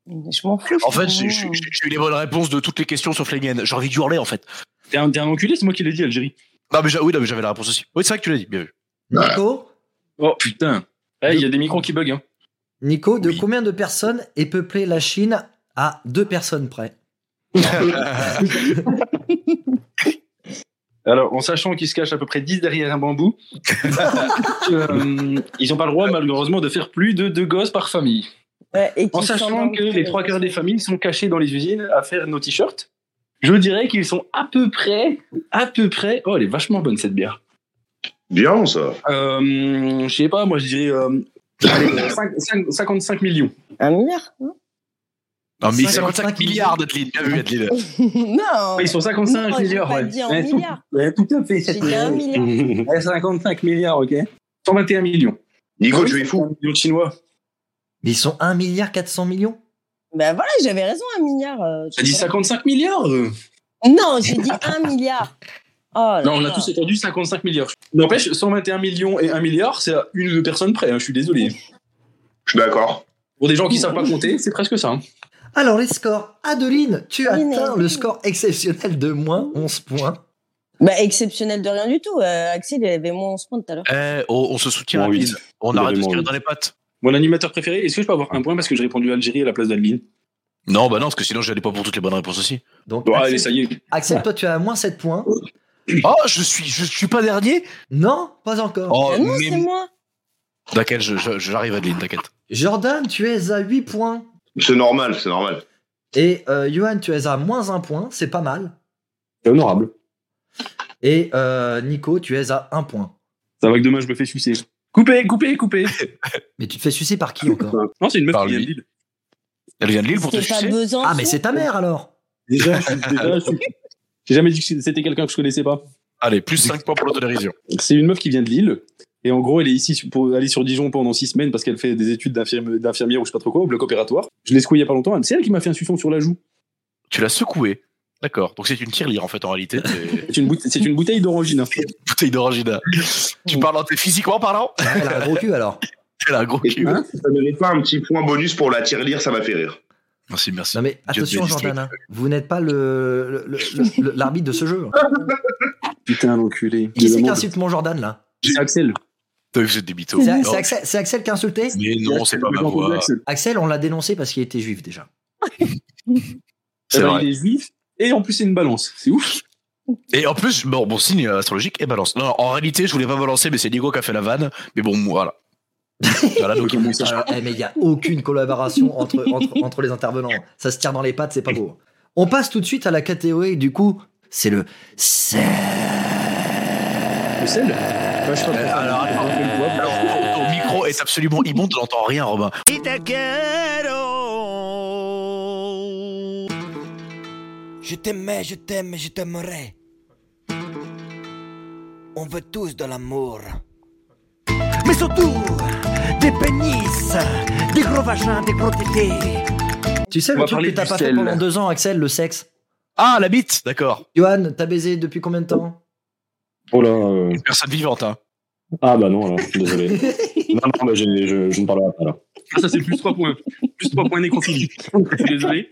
Mais Je m'en fous. En fait, je j'ai j'ai- j'ai- j'ai eu les bonnes réponses de toutes les questions sauf les miennes. J'ai envie d'hurler en fait. T'es un, t'es un enculé, c'est moi qui l'ai dit, Algérie. Non, mais j'a- oui, non, mais j'avais la réponse aussi. Oui, c'est vrai que tu l'as dit. Bien vu. Voilà. Nico, Oh putain. Eh, Il y a des micros qui bug. Hein. Nico, de Oui. combien de personnes est peuplée la Chine à deux personnes près Alors, en sachant qu'ils se cachent à peu près 10 derrière un bambou, euh, ils n'ont pas le droit, malheureusement, de faire plus de deux gosses par famille. En sachant que les trois quarts des familles sont cachées dans les usines à faire nos t-shirts, je dirais qu'ils sont à peu près, à peu près. Oh, elle est vachement bonne cette bière. Bien, ça. Euh, je sais pas, moi je dirais euh, allez, euh, cinq- cinq- 55 millions. Un milliard Non. Non, mais 55 55 milliards d'Adeline. Bien vu, Adeline. Ouais, Ah, ils sont 55 Non, j'ai milliards. pas ouais. dit en Ouais, tout- milliards. ouais, tout à fait. J'ai dit un milliard. Ouais, 55 milliards, ok. 121 millions. Nico, Ah oui, tu es fou. 121 millions de chinois. Mais ils sont 1 milliard 400 millions. Ben voilà, j'avais raison, un milliard. euh, T'as dit 55 milliards euh. Non, j'ai dit un milliard. Oh là Non, on a là. tous entendu 55 milliards. Ah, N'empêche, 121 millions et 1 milliard, c'est à une ou deux personnes près, hein, je suis désolé. Je suis d'accord. Pour des gens qui savent pas compter, c'est presque ça. hein. Alors les scores, Adeline, tu Oui, mais- atteins le score exceptionnel de moins 11 points. Bah, exceptionnel de rien du tout. Euh, Axel, il avait moins 11 points tout à l'heure. Eh, on, on se soutient, Bon, oui. Adeline. On Il arrête de avait se tirer envie. dans les pattes. Mon animateur préféré, est-ce que je peux avoir un point parce que j'ai répondu Algérie à la place d'Adeline Non, bah non, parce que sinon, j'allais pas pour toutes les bonnes réponses aussi. Donc Bon, allez, ça Axel, y est. Axel, toi tu as moins 7 points. Oh, je suis, je suis pas dernier. Non, pas encore. Oh, Ah non, mais- c'est moi. T'inquiète, je- je- j'arrive, Adeline, t'inquiète. Jordan, tu es à 8 points. C'est normal, c'est normal. Et euh, Johan, tu es à moins 1 point, c'est pas mal. C'est honorable. Et euh, Nico, tu es à 1 point. Ça va que demain je me fais sucer. Coupez, coupez, coupez. Mais tu te fais sucer par qui encore Non, c'est une meuf Par qui vient de lui. Lille. Elle vient de Lille pour te C'est pas sucer besoin. Ah mais c'est ta mère alors Déjà, je- déjà, je- j'ai jamais dit que c'était quelqu'un que je connaissais pas. Allez, plus 5 points pour l'autodérision. C'est une meuf qui vient de Lille. Et en gros, elle est ici su- pour aller sur Dijon pendant six semaines parce qu'elle fait des études d'infirme- d'infirmière ou je sais pas trop quoi, au bloc opératoire. Je l'ai secouée il y a pas longtemps. C'est elle qui m'a fait un suçon sur la joue. Tu l'as secouée. D'accord. Donc c'est une tirelire, en fait, en réalité. C'est- C'est une bouteille, c'est une bouteille hein. d'orangine. Bouteille d'orangina. tu parles en physiquement parlant Ah, Elle a un gros cul alors. Elle a un gros Et tu cul. vois, Hein, ça mérite pas un petit point bonus pour la tirelire, ça m'a fait rire. Merci, merci. Non mais Dieu attention te bénisse, Jordan, hein. vous n'êtes pas le- le- le- le- l'arbitre de ce jeu. Putain, l'enculé. Qui c'est Évidemment, qui insulte mon Jordan là C'est Axel. T'as vu, vous êtes des mythos. C'est Non, c'est Axel, c'est Axel qui a insulté Mais non, c'est pas ma voix. Axel. Axel, on l'a dénoncé parce qu'il était juif déjà. C'est Eh ben, vrai. Il est juif. Et en plus, c'est une balance. C'est ouf. Et en plus, bon, bon signe euh, astrologique et balance. Non, en réalité, je voulais pas balancer, mais c'est Nico qui a fait la vanne. Mais bon, voilà. voilà donc, il- Alors, eh, mais il n'y a aucune collaboration entre, entre, entre les intervenants. Ça se tire dans les pattes, c'est pas beau. On passe tout de suite à la catégorie, du coup, c'est le Le sel. Bah, je sais pas. alors, alors, ton, Euh, ton micro est absolument immonde, j'entends rien, Robin. Je t'aimais, je t'aime et je t'aimerai. On veut tous de l'amour. Mais surtout, des pénis, des gros vagins, des gros tétés. Tu sais On le va truc parler que t'as du pas fait sel. pendant deux ans, Axel, le sexe Ah, la bite D'accord. Johan, t'as baisé depuis combien de temps Oh là. euh, Une personne vivante, hein. Ah bah non, là, désolé. non, non, mais j'ai- je, je ne parlerai pas là. Ah, ça, c'est plus 3 points. Plus 3 points nécrophilie. Je suis désolé.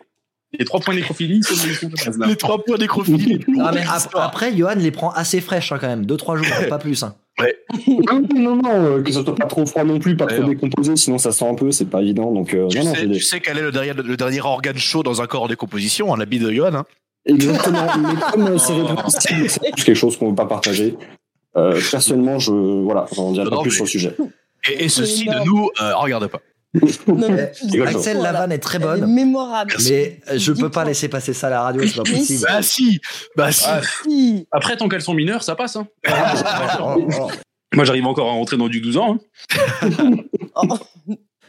Les 3 points nécrophilie, c'est le de base, là. Les trois points nécrophilie. Ah, mais ap- après, Johan les prend assez fraîches hein, quand même, deux trois jours, pas plus. hein. Non, Ah, non, non, euh, que ça soit pas trop froid non plus, pas trop D'ailleurs. décomposé, sinon ça sent un peu, c'est pas évident. Donc, euh, Tu non, non, sais, j'ai des- tu sais quel est le dernier, le dernier organe chaud dans un corps en décomposition, hein, la bite de Johan. Hein. Exactement, mais comme euh, c'est répréhensible, c'est quelque chose qu'on ne veut pas partager. euh, personnellement, je voilà, j'en dirai Non, pas plus mais- sur le sujet. Et, et ceci de énorme. nous, euh, regarde pas. Eh, Non, mais- Exactement. Axel, la vanne est très bonne, Mémorable. mais euh, je Dis peux pas quoi. laisser passer ça à la radio, c'est pas Mais possible. Bah si Bah si Ah, Si. Après, tant qu'elles sont mineures, ça passe. Hein. Oh, oh. Moi, j'arrive encore à rentrer dans du 12 ans. hein. Oh.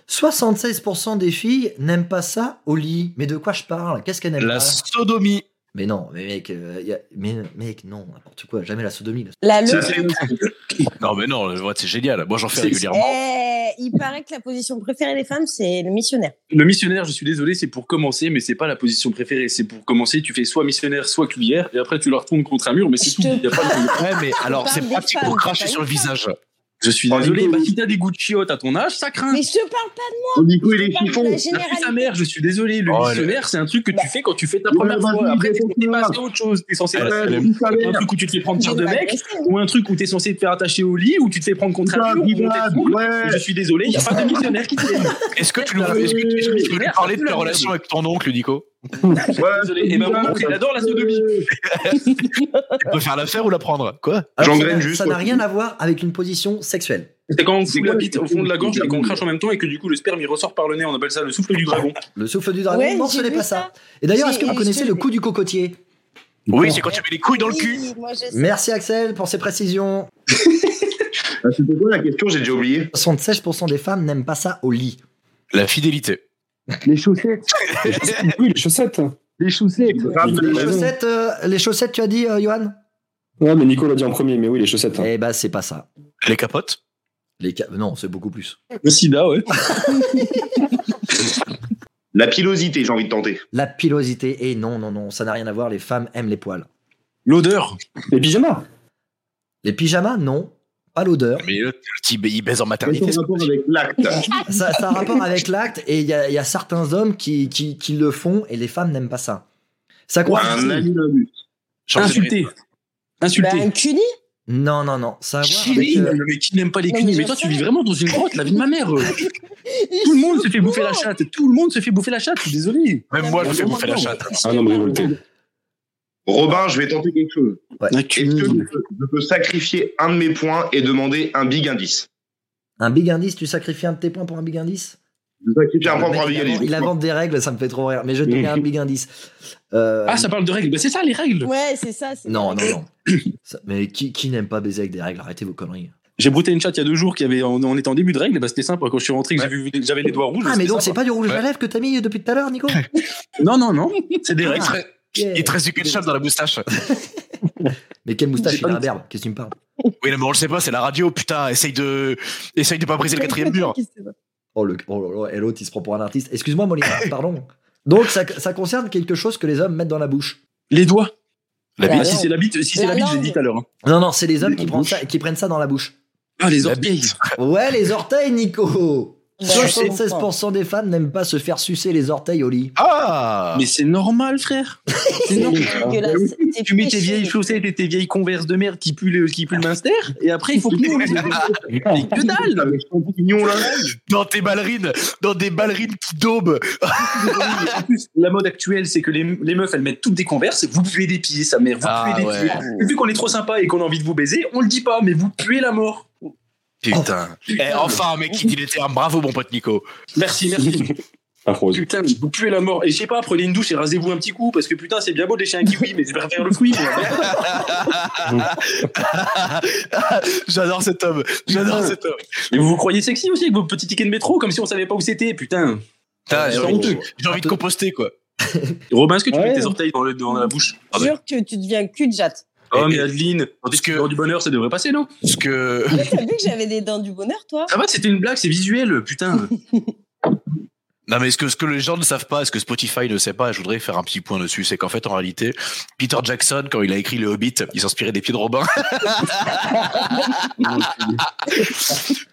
76% des filles n'aiment pas ça au lit. Mais de quoi je parle Qu'est-ce qu'elles n'aiment La pas sodomie Mais non, mais mec, euh, y a- mais, mec, non, n'importe quoi, jamais la sodomie. là. La le... C'est- c'est- Non, mais non, le- ouais, c'est génial. Moi, j'en fais C'est- régulièrement. Eh, il paraît que la position préférée des femmes, c'est le missionnaire. Le missionnaire, je suis désolé, c'est pour commencer, mais c'est pas la position préférée. C'est pour commencer, tu fais soit missionnaire, soit cuillère, et après tu la retournes contre un mur, mais c'est Je tout. te- Y a pas de- Ouais, mais alors, parle c'est des pratique femmes, pour c'est cracher pas sur le une visage. Je suis Oh, désolé, les bah si t'as des goûts de chiottes à ton âge, ça craint. Mais je te parle pas Du coup, il de, est parle de chiffon. la Ça pue sa généralité. mère, je suis désolé. Le Oh, le- missionnaire, c'est un truc que tu fais quand tu fais ta première bah, fois. oui, Après, c'est t'es ça. passé à autre chose. T'es censé Ah, faire c'est le- un truc où tu te fais prendre tir Bah, de mec, ou un truc où t'es censé te faire attacher au lit, ou tu te fais prendre contre un mur, ou on t'étrangle. Ouais. Je suis désolé, il n'y a pas de missionnaire qui t'aime. Est-ce que tu nous est-ce que tu- est-ce que tu veux nous parler de ta relation avec ton oncle, Nico Désolé. Et ben, mon oncle, il adore la sodomie. Tu peux faire la faire ou la prendre Quoi Alors, J'en ça graine n'a- juste, Ah, Ça n'a ouais. rien à voir avec une position sexuelle. C'est quand on fout quoi la bite au fond de la gorge et qu'on Oui. crache en même temps et que du coup le sperme il ressort par le nez, on appelle ça le souffle du dragon. Le souffle du dragon, Ouais, non, j'ai ce n'est vu pas ça. Et d'ailleurs, est-ce que J'ai- vous j'ai- connaissez le coup du cocotier Oui, c'est quand tu mets les couilles dans le cul. Oui, moi, je sais. Merci Axel pour ces précisions. Ah, C'était quoi la question J'ai déjà oublié. 76% des femmes n'aiment pas ça au lit. La fidélité. Les chaussettes. oui, les chaussettes. Les chaussettes. Les chaussettes, euh, les chaussettes tu as dit, euh, Johan Ouais, mais Nico l'a dit en premier, mais oui, les chaussettes. Eh bah, c'est pas ça. Les capotes. Les ca- Non, c'est beaucoup plus. Le sida, ouais. La pilosité, j'ai envie de tenter. La pilosité, et non, non, non, ça n'a rien à voir, les femmes aiment les poils. L'odeur. Les pyjamas. Les pyjamas, non, pas l'odeur. Mais le, le petit il baise en Quel est maternité. ton rapport avec l'acte Ça, ça a un rapport avec l'acte, et il y, a- il y a certains hommes qui, qui, qui le font, et les femmes n'aiment pas ça. Ça Un consiste... ami d'un but. Genre, c'est- Insulté. Bah, Insulté. un cuni Non, non, non, ça a à voir avec... Chili, euh, mais qui n'aime pas les Non, cunis mais Mais je toi, tu sais. vis vraiment dans une grotte, la vie de ma mère. Tout le monde se fait bouffer la chatte. Tout le monde se fait bouffer la chatte. Je suis désolé. Même moi, je me fais bouffer la chatte. Ah, Un homme révolté. Robin, je vais tenter quelque chose. Un Est-ce cuni. que je peux- je peux sacrifier un de mes points et demander un big indice Un big indice, tu sacrifies un de tes points pour un big indice Je sacrifie un point Le pour un mec, big il indice. invente- Il invente des règles, ça me fait trop rire, mais je te mets un big indice. Euh, Ah, ça parle de règles. Bah, c'est ça, les règles. Ouais, c'est ça. c'est- Non, non, non. Ça- mais qui, qui n'aime pas baiser avec des règles Arrêtez vos conneries. J'ai brouté une chatte il y a deux jours qui avait, on, on était en début de règles. Bah, c'était simple. Quand je suis rentré, que j'ai vu- j'avais les doigts rouges. Ah, mais c'était donc c'est sympa. pas du rouge à Ouais. lèvres que t'as mis depuis tout à l'heure, Nico Non, non, non. C'est des Il règles. te reste- Yeah. il te reste du ketchup dans la moustache. Mais quelle moustache, J'ai il a pas un berbe. Qu'est-ce que tu me parles Oui, non, mais on le sait pas, c'est la radio, putain. Essaye de, essaye de pas briser le quatrième mur. Oh, le, oh, là là, et l'autre, il se prend pour un artiste. Excuse-moi, Molina, pardon. Donc ça, ça concerne quelque chose que les hommes mettent dans la bouche. Les doigts. La Bah, Ah, bite. si c'est la bite, si c'est La la bite, j'ai langue. dit tout à l'heure. hein. Non, non, c'est les hommes qui la prennent, bouche. ça, qui prennent ça dans la bouche. Ah, les La orteils. Ouais, les orteils, Nico Ouais, 76% des femmes n'aiment pas se faire sucer les orteils au lit. Ah Mais c'est normal, frère. C'est C'est normal. dégueulasse. C'est Tu mets tes péché. vieilles chaussettes et tes vieilles converses de merde qui puent le, qui puent le minster, et après il faut que nous on les Mais que dalle Mignon, là. Dans tes ballerines, dans des ballerines qui daubent. En plus, la mode actuelle, c'est que les, les meufs, elles mettent toutes des converses, vous puez des pieds, sa mère, vous Ah, puez des ouais. pieds. Et vu qu'on est trop sympa et qu'on a envie de vous baiser, on le dit pas, mais vous puez la mort. Putain. Eh, enfin, un mec qui dit les termes. Bravo, mon pote Nico. Merci, merci. Pas rose. Oh, Putain, mais vous puez la mort. Et je sais pas, prenez une douche et rasez-vous un petit coup, parce que putain, c'est bien beau de lécher un kiwi, mais je préfère le fruit. mais- J'adore cet homme. J'adore cet homme. Mais vous vous croyez sexy aussi avec vos petits tickets de métro, comme si on savait pas où c'était, putain. Putain, J'ai C'est envie, honteux. de- j'ai envie de composter, quoi. Robin, est-ce que tu Ouais. mets tes orteils dans, le- dans la bouche Ah, bah, Je Jure que tu deviens cul de jatte. Oh, Et- mais Adeline, quand Parce tu que- que... du bonheur, ça devrait passer, non Parce que. Toi, T'as vu que j'avais des dents du bonheur, toi Ça va, c'était une blague, c'est visuel, putain. Non, mais ce que, ce que les gens ne savent pas, ce que Spotify ne sait pas, je voudrais faire un petit point dessus, c'est qu'en fait, en réalité, Peter Jackson, quand il a écrit Le Hobbit, il s'inspirait des pieds de Robin.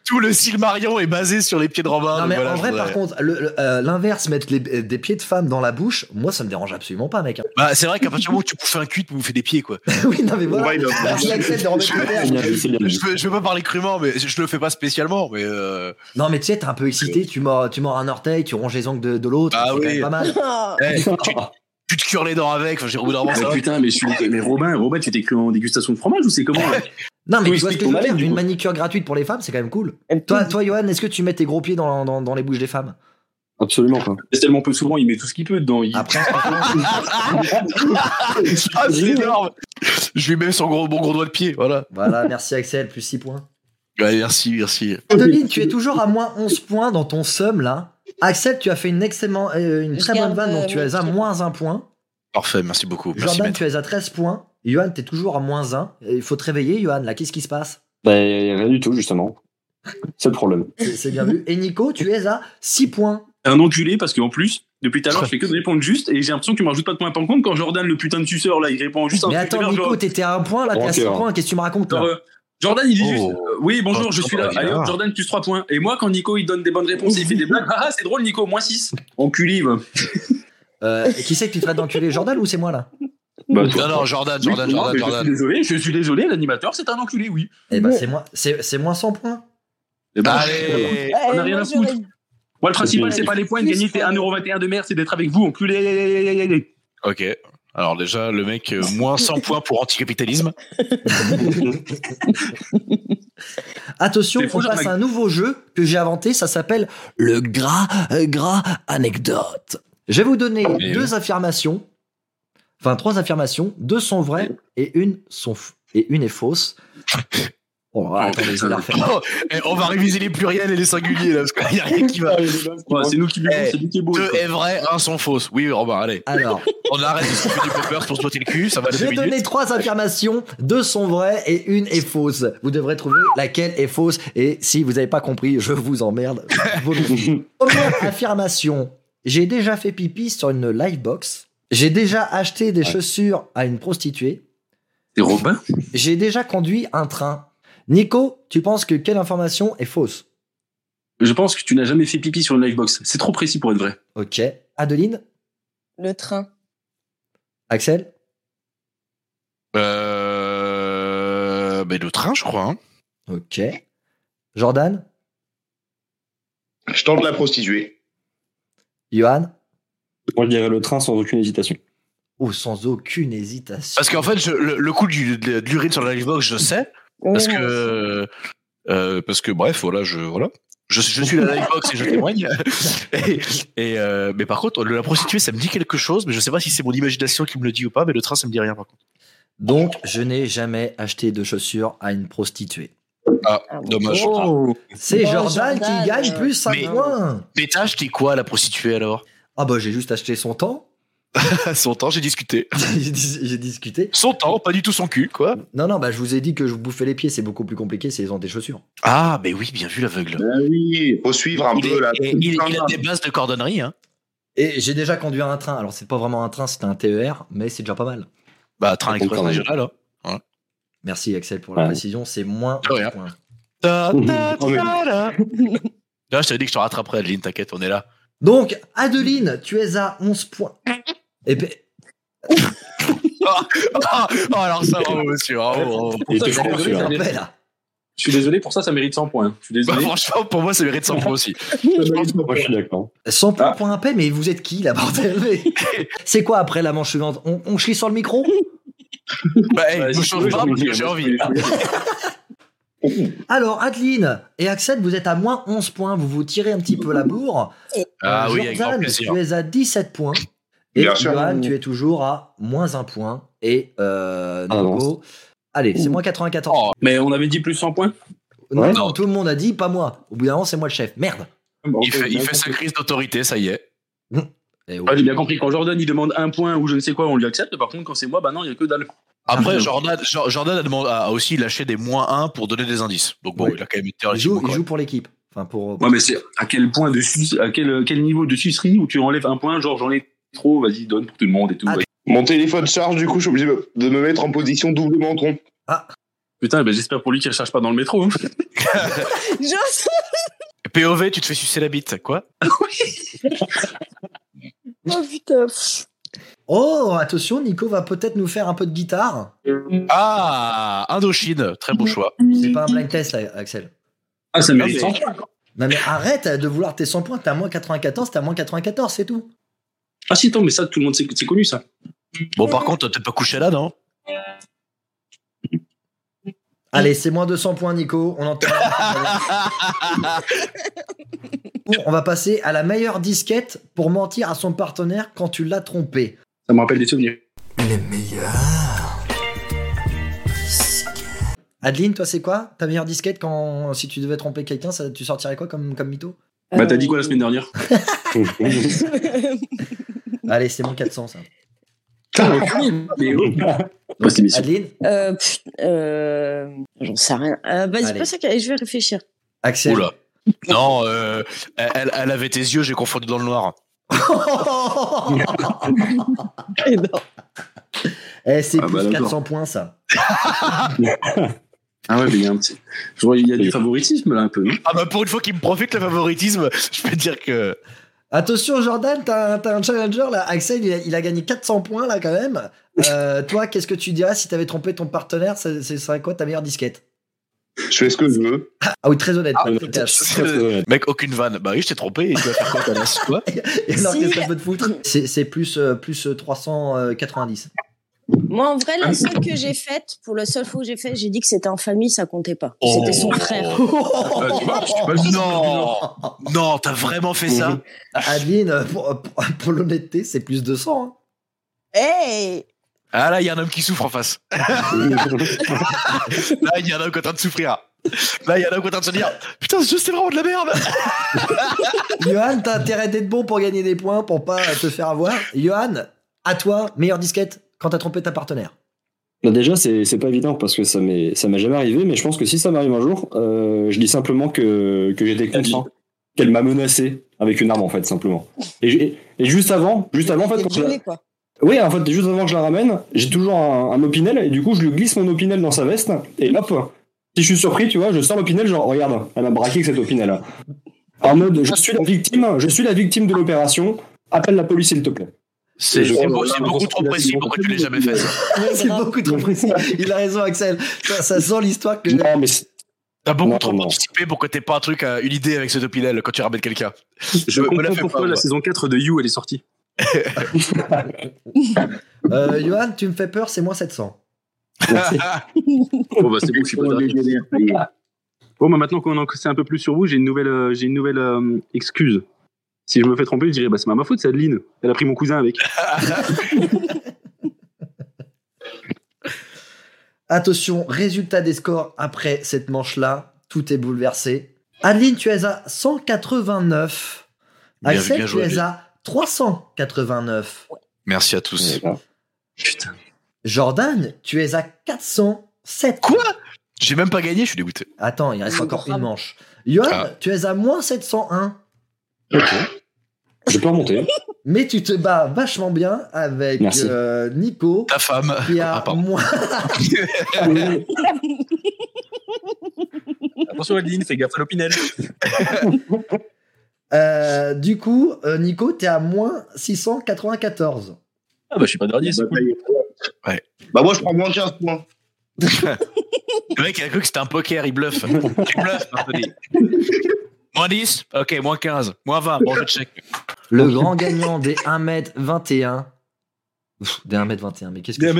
Tout le Silmarion est basé sur les pieds de Robin. non, donc mais Ah, voilà, en je vrai, voudrais- par contre, le- le- euh, l'inverse, mettre les- des pieds de femmes dans la bouche, moi, ça me dérange absolument pas, mec. Bah, c'est vrai qu'à partir du moment où tu bouffes un cul, tu bouffes des pieds, quoi. oui, non, mais voilà. Ouais, il a- Merci Axel de remettre le terme. C'est bien dit, c'est bien dit. Je veux, je veux pas parler crûment, mais je le fais pas spécialement, mais euh... Non, mais tu sais, t'es un peu excité, tu mords, tu mords un orteil, tu ronges les ongles de, de l'autre, Ah c'est quand oui. même pas mal. Ah, eh, tu, tu te cures les dents avec, enfin, j'ai au bout d'un moment, ça Ah, va. putain, mais, je suis... mais Robin, Robin, tu t'es cru en dégustation de fromage ou c'est comment là Non, mais Oui, tu vois ce c'est que je veux ton dire, avis, une quoi. manicure gratuite pour les femmes, c'est quand même cool. elle me Toi, pousse. toi Johan, est-ce que tu mets tes gros pieds dans, dans, dans les bouches des femmes Absolument, quoi. C'est tellement peu souvent, il met tout ce qu'il peut dedans. Il... Après, franchement, Ah, c'est énorme Je lui mets son gros, mon gros doigt de pied, voilà. voilà, merci Axel, plus 6 points. Ouais, merci, merci. Adeline, tu es toujours à moins 11 points dans ton somme là. Axel, tu as fait une, excellent, euh, une Je très bonne garde, vanne, donc euh, tu as mes à pieds. moins 1 point. Parfait, merci beaucoup. Merci, Jordan, maître. tu es à 13 points. Johan, t'es toujours à moins 1. Il faut te réveiller, Johan, là. Qu'est-ce qui se passe Bah, y a rien du tout, justement. C'est le problème. C'est c'est bien vu. Et Nico, tu es à 6 points. Un enculé parce qu'en plus, depuis tout à l'heure, je fais que de répondre juste et j'ai l'impression que tu me rajoutes pas de points par contre quand Jordan, le putain de suceur, là, il répond juste un Mais truc tout à attends, l'heure, Nico, genre- t'étais à 1 point, là, t'es à 6 Rancœur. points. Qu'est-ce que tu me racontes genre, là euh, Jordan, il dit Oh. juste euh, Oui, bonjour, je suis là. Oh, Allez hop, bizarre. Jordan, plus 3 points. Et moi, quand Nico, il donne des bonnes réponses, il fait des blagues. Ah, ah, c'est drôle, Nico, moins 6. Enculé, va. Euh, Qui c'est que tu traites d'enculé Jordan ou c'est moi là Non, Bah, non, Jordan, Jordan, Jordan, Je suis Jordan. désolé, je suis désolé, l'animateur, c'est un enculé, oui. Eh ben, c'est moi. C'est c'est moins 100 points. Bah, allez Eh, eh, on a rien à foutre. Moi, le principal, c'est pas les points de gagner tes 1,21€ de merde, c'est d'être avec vous, enculé. Ok. Alors déjà, le mec, euh, moins 100 points pour anticapitalisme. Attention, C'est on faux, passe Jordan. à un nouveau jeu que j'ai inventé. Ça s'appelle le gras, euh, gras anecdote. Je vais vous donner Mais deux affirmations. Enfin, trois affirmations. Deux sont vraies et une, sont f- et une est fausse. Oh, attendez, je vais la refaire. Oh, eh, on va réviser les pluriels et les singuliers, là, parce qu'il n'y a rien qui va. Ouais, c'est nous qui buvons, Eh, c'est nous qui est beau. Deux quoi. est vrai, un sont fausses. Oui, Robin, allez. Alors, On arrête de se faire du poker pour se botter le cul, ça va Je deux vais minutes. donner trois affirmations, deux sont vraies et une est fausse. Vous devrez trouver laquelle est fausse et si vous n'avez pas compris, je vous emmerde. volontiers. Première affirmation, j'ai déjà fait pipi sur une livebox. J'ai déjà acheté des chaussures à une prostituée. C'est Robin J'ai déjà conduit un train. Nico, tu penses que quelle information est fausse Je pense que tu n'as jamais fait pipi sur une livebox. C'est trop précis pour être vrai. Ok. Adeline Le train. Axel Euh... Mais le train, je crois. hein. Ok. Jordan Je tente la prostituée. Johan Moi, je dirais le train sans aucune hésitation. Oh, sans aucune hésitation. Parce qu'en fait, je- le, le coup du- de, de l'urine sur la livebox, je sais. Parce que... euh, parce que, bref, voilà, je... Voilà. Je, je suis à la livebox et je témoigne. Et, et, euh, mais par contre, la prostituée, ça me dit quelque chose, mais je sais pas si c'est mon imagination qui me le dit ou pas, mais le train, ça me dit rien par contre. Donc, je n'ai jamais acheté de chaussures à une prostituée. Ah, bon. Dommage. C'est Oh, Jordan, Jordan, qui gagne euh, plus 5 mais- points. Mais t'as acheté quoi, la prostituée, alors Ah bah j'ai juste acheté son temps. Son temps, j'ai discuté. j'ai dis- j'ai discuté. Son temps, pas du tout son cul, quoi. Non, non, bah je vous ai dit que je vous bouffais les pieds, c'est beaucoup plus compliqué, c'est ont des chaussures. Ah, mais oui, bien vu l'aveugle. Ah oui, faut suivre un Il, peu est- là. Ah. il- il- il a des bases de cordonnerie. Hein. Et j'ai déjà conduit un train, alors c'est pas vraiment un train, c'était un TER, mais c'est déjà pas mal. Bah, train Bon, express quand même. régional. Hein. Merci Axel pour la Ouais. précision, c'est moins De rien. un point. Ta, ta, Oh, mais- ta, la. Là, je t'avais dit que je te rattraperais, Adeline, t'inquiète, on est là. Donc, Adeline, tu es à 11 points. Et ben, Ah, oh, alors ça, bravo, monsieur. bravo, bravo. Il Je était suis fort, désolé, hein. ça celui-là. mérite- ouais, là. je suis désolé, pour ça, ça mérite 100 points. Je suis Bah, désolé. franchement, pour moi, ça mérite 100 points aussi. Moi, je suis d'accord. 100 points Ah. pour un paix, mais vous êtes qui là, bordel Mais- C'est quoi après la manche suivante on, on chie sur le micro Bah, hey, Ouais, me si tu change veux, pas je parce peux que j'ai le Euh, envie. dire, je peux le dire. Alors, Adeline et Axel, vous êtes à moins 11 points. Vous vous tirez un petit peu la bourre. Ah Euh, oui, avec grand Jordan, plaisir. tu es à 17 points. Et Bien sûr. Johan, tu es toujours à moins 1 point. Et euh, Ah, Nico- Allez, c'est moins 94. Oh, Mais on avait dit plus 100 points non, ouais. non, tout le monde a dit, pas moi. Au bout d'un moment, c'est moi le chef. Merde. il fait, il fait sa crise d'autorité, ça y est. Eh oui. Ah, Ouais, Ah, J'ai bien compris. Quand Jordan, il demande un point ou je ne sais quoi, on lui accepte. Par contre, quand c'est moi, bah non, il n'y a que dalle. Après, Ah, Jordan, Jo- Jordan a, demandé- a aussi lâché des moins 1 pour donner des indices. Donc bon, Ouais. il a quand même été il, relativement joue, il correct. joue pour l'équipe. Enfin, pour. Ouais, mais c'est à quel point de suce- à quel, quel niveau de sucerie où tu enlèves un point, genre j'en ai trop, vas-y, donne pour tout le monde et tout. Ah, ouais. Mon téléphone charge, du coup, je suis obligé de me mettre en position double menton. Putain, bah, j'espère pour lui qu'il ne recharge pas dans le métro. hein. Je- POV, tu te fais sucer la bite, quoi Oh putain. pff. Oh, attention, Nico va peut-être nous faire un peu de guitare. Ah, Indochine, très bon choix. C'est pas un blind test, là, Axel. Ah, ça mérite mais- 100 points. Non, mais arrête de vouloir tes 100 points. T'es à moins 94, t'es à moins 94, c'est tout. Ah, si, attends, mais ça, tout le monde sait que c'est connu, ça. Bon, par contre, t'as peut-être pas couché hein? là, non Allez, c'est moins 200 points, Nico. On entend. On va passer à la meilleure disquette pour mentir à son partenaire quand tu l'as trompé. Ça me rappelle des souvenirs. Les meilleurs. Adeline, toi, c'est quoi ta meilleure disquette quand si tu devais tromper quelqu'un, ça- tu sortirais quoi comme, comme mytho Bah, t'as dit Euh, quoi la semaine dernière Allez, c'est mon 400, ça. mais oh. Bah, c'est émission. Adeline Euh, pff, euh, J'en sais rien. Euh, bah, c'est Allez. pas ça que je vais réfléchir. Axel Oula. Non, euh, elle, elle avait tes yeux, j'ai confondu dans le noir. Eh, c'est Ah, bah, plus d'accord. 400 points ça. Ah ouais, mais il y a un petit. Je vois, il y a du favoritisme là un peu, non Ah bah pour une fois qu'il me profite le favoritisme, je peux te dire que. Attention Jordan, t'as un, t'as un challenger là. Axel, il a, il a gagné 400 points là quand même. Euh, toi, qu'est-ce que tu dirais si t'avais trompé ton partenaire Ce ce serait quoi ta meilleure disquette Je fais ce que je veux. Ah oui, très honnête. Ah, pas de non, flicage. Mec, aucune vanne. Bah oui, je t'ai trompé. Et tu vas faire quoi T'as lancé quoi Et alors, Si. qu'est-ce qu'elle peut te foutre C'est c'est plus, euh, plus euh, 390. Moi, en vrai, Ah, la seule que j'ai faite, pour la seule fois où j'ai fait, j'ai dit que c'était en famille, ça comptait pas. Oh. C'était son frère. Bah, tu vois, je suis pas le seul. Non hein. Non, t'as vraiment fait Mhm. ça Adeline, euh, pour, pour- pour l'honnêteté, c'est plus 200. hein. Hey Ah là, il y a un homme qui souffre en face. Là, il y a un homme qui est en train de souffrir. Là, il y a un homme qui est en train de se dire Putain, ce jeu, c'est vraiment de la merde Johan, t'as intérêt d'être bon pour gagner des points, pour pas te faire avoir. Johan, à toi, meilleure disquette quand t'as trompé ta partenaire. Bah, déjà, c'est c'est pas évident parce que ça m'est ça m'est jamais arrivé, mais je pense que si ça m'arrive un jour, euh, je dis simplement que, que j'étais content, qu'elle m'a menacé avec une arme en fait, simplement. Et, ju- et juste avant, juste avant en fait, T'es quand je la- violée, quoi. oui, en fait, juste avant que je la ramène, j'ai toujours un, un opinel et du coup, je lui glisse mon opinel dans sa veste et hop. Si je suis surpris, tu vois, je sors l'opinel, genre regarde, elle m'a braqué avec cet opinel. En mode, je suis la victime, je suis la victime de l'opération. Appelle la police, s'il te plaît. C'est Je- c'est oh là beau- là, c'est la beaucoup trop précis, reconciliation. pourquoi tu l'as jamais fait ça C'est grave. beaucoup trop précis. Il a raison, Axel. Ça, ça sent l'histoire que. Non, mais c'est- T'as beaucoup Non, trop non. anticipé pour que t'aies pas un truc, euh, une idée avec ce Topinel quand tu ramènes quelqu'un. Je Me la comprends fais pourquoi pas, la moi. saison 4 de You elle est sortie. Euh, Johan, tu me fais peur, c'est moins 700. Bon bah c'est bon, je suis pas derrière. Bon bah maintenant qu'on en sait un peu plus sur vous, j'ai une nouvelle, euh, j'ai une nouvelle euh, excuse. Si je me fais tromper, je dirais bah c'est pas ma faute, c'est Adeline. Elle a pris mon cousin avec. Attention, résultat des scores après cette manche-là. Tout est bouleversé. Adeline, tu es à 189. Bien- Axel, bien joué, tu es Adeline. à 389. Merci à tous. Jordan, tu es à 407. Quoi J'ai même pas gagné, je suis dégoûté. Attends, il reste Oh, encore grave. une manche. Johan, Ah. tu es à moins 701. je peux remonter. hein. Mais tu te bats vachement bien avec Merci. euh, Nico, Ta femme. qui Ah, a pardon. moins Attention Adeline, fais gaffe à l'opinel. Euh, du coup, euh, Nico, t'es à moins 694. Ah bah je suis pas dernier, c'est cool. Bah moi je prends moins 15 points. Le mec, il a cru que c'était un poker, il bluffe. Tu bluffes, Anthony. Moins 10 Ok, moins 15. Moins 20, bon, je check. Le grand gagnant des 1m21. Pff, des 1m21, mais qu'est-ce que c'est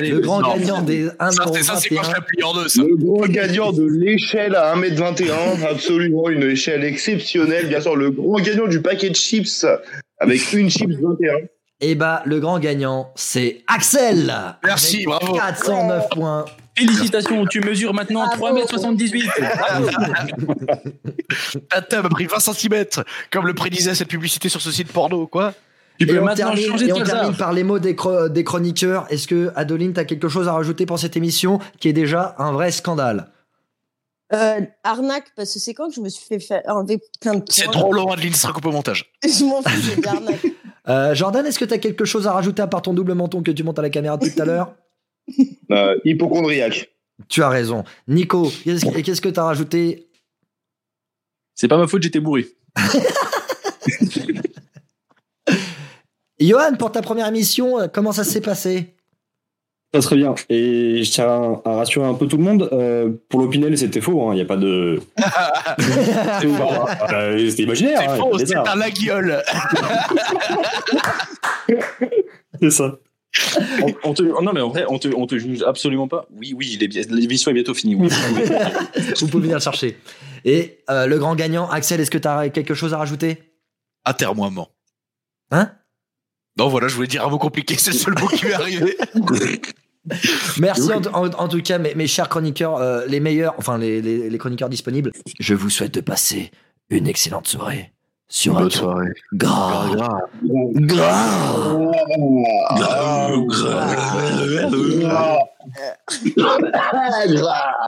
Le grand non. gagnant des Ça, c'est ça, c'est quand je 1m21. la plie en deux, ça. Le gros gagnant de l'échelle à 1m21, absolument une échelle exceptionnelle. Bien sûr, le gros gagnant du paquet de chips avec une chips 21. Et bah, le grand gagnant, c'est Axel. Merci, Avec bravo. 409 points. bah, Félicitations, tu mesures maintenant Bravo. 3m78. Ta teub a Ah, pris 20 cm, comme le prédisait cette publicité sur ce site porno, quoi. Tu Et peux on, maintenant termine, changer et de on termine calzard. par les mots des, chro- des chroniqueurs. Est-ce que, Adeline, t'as quelque chose à rajouter pour cette émission qui est déjà un vrai scandale Euh, arnaque, parce que c'est quand que je me suis fait faire enlever plein de points. C'est trop long, Adeline, ce sera coupé au montage. Je m'en fous, c'est de l'arnaque. Euh, Jordan, est-ce que t'as quelque chose à rajouter à part ton double menton que tu montes à la caméra depuis tout à l'heure Euh, hypochondriaque. Tu as raison. Nico, qu'est-ce que- qu'est-ce que t'as rajouté C'est pas ma faute, j'étais bourré. Johan, pour ta première émission, euh, comment ça s'est passé Ça serait bien. Et je tiens à, à rassurer un peu tout le monde. euh, pour l'opinel, c'était faux. Il n'y a pas de. C'est hein. c'était imaginaire. C'est hein, y a faux, pas de c'est hasard. un laguiole. C'est ça. On, on te, oh, non mais en vrai, on te, on te juge absolument pas. Oui, oui, il est bien- l'émission est bientôt finie. oui. Vous pouvez venir le chercher. Et euh, le grand gagnant, Axel, est-ce que t'as quelque chose à rajouter Atermoiement. Hein Non, voilà, je voulais dire un mot compliqué, c'est le seul mot qui m'est arrivé. Merci en, en- en tout cas, mes, mes chers chroniqueurs, euh, les meilleurs, enfin les, les- les chroniqueurs disponibles. Je vous souhaite de passer une excellente soirée sur Bonne Radio soirée. Gras. Gras. Gras.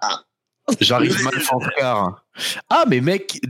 J'arrive mal fanfare. Ah, mais mec,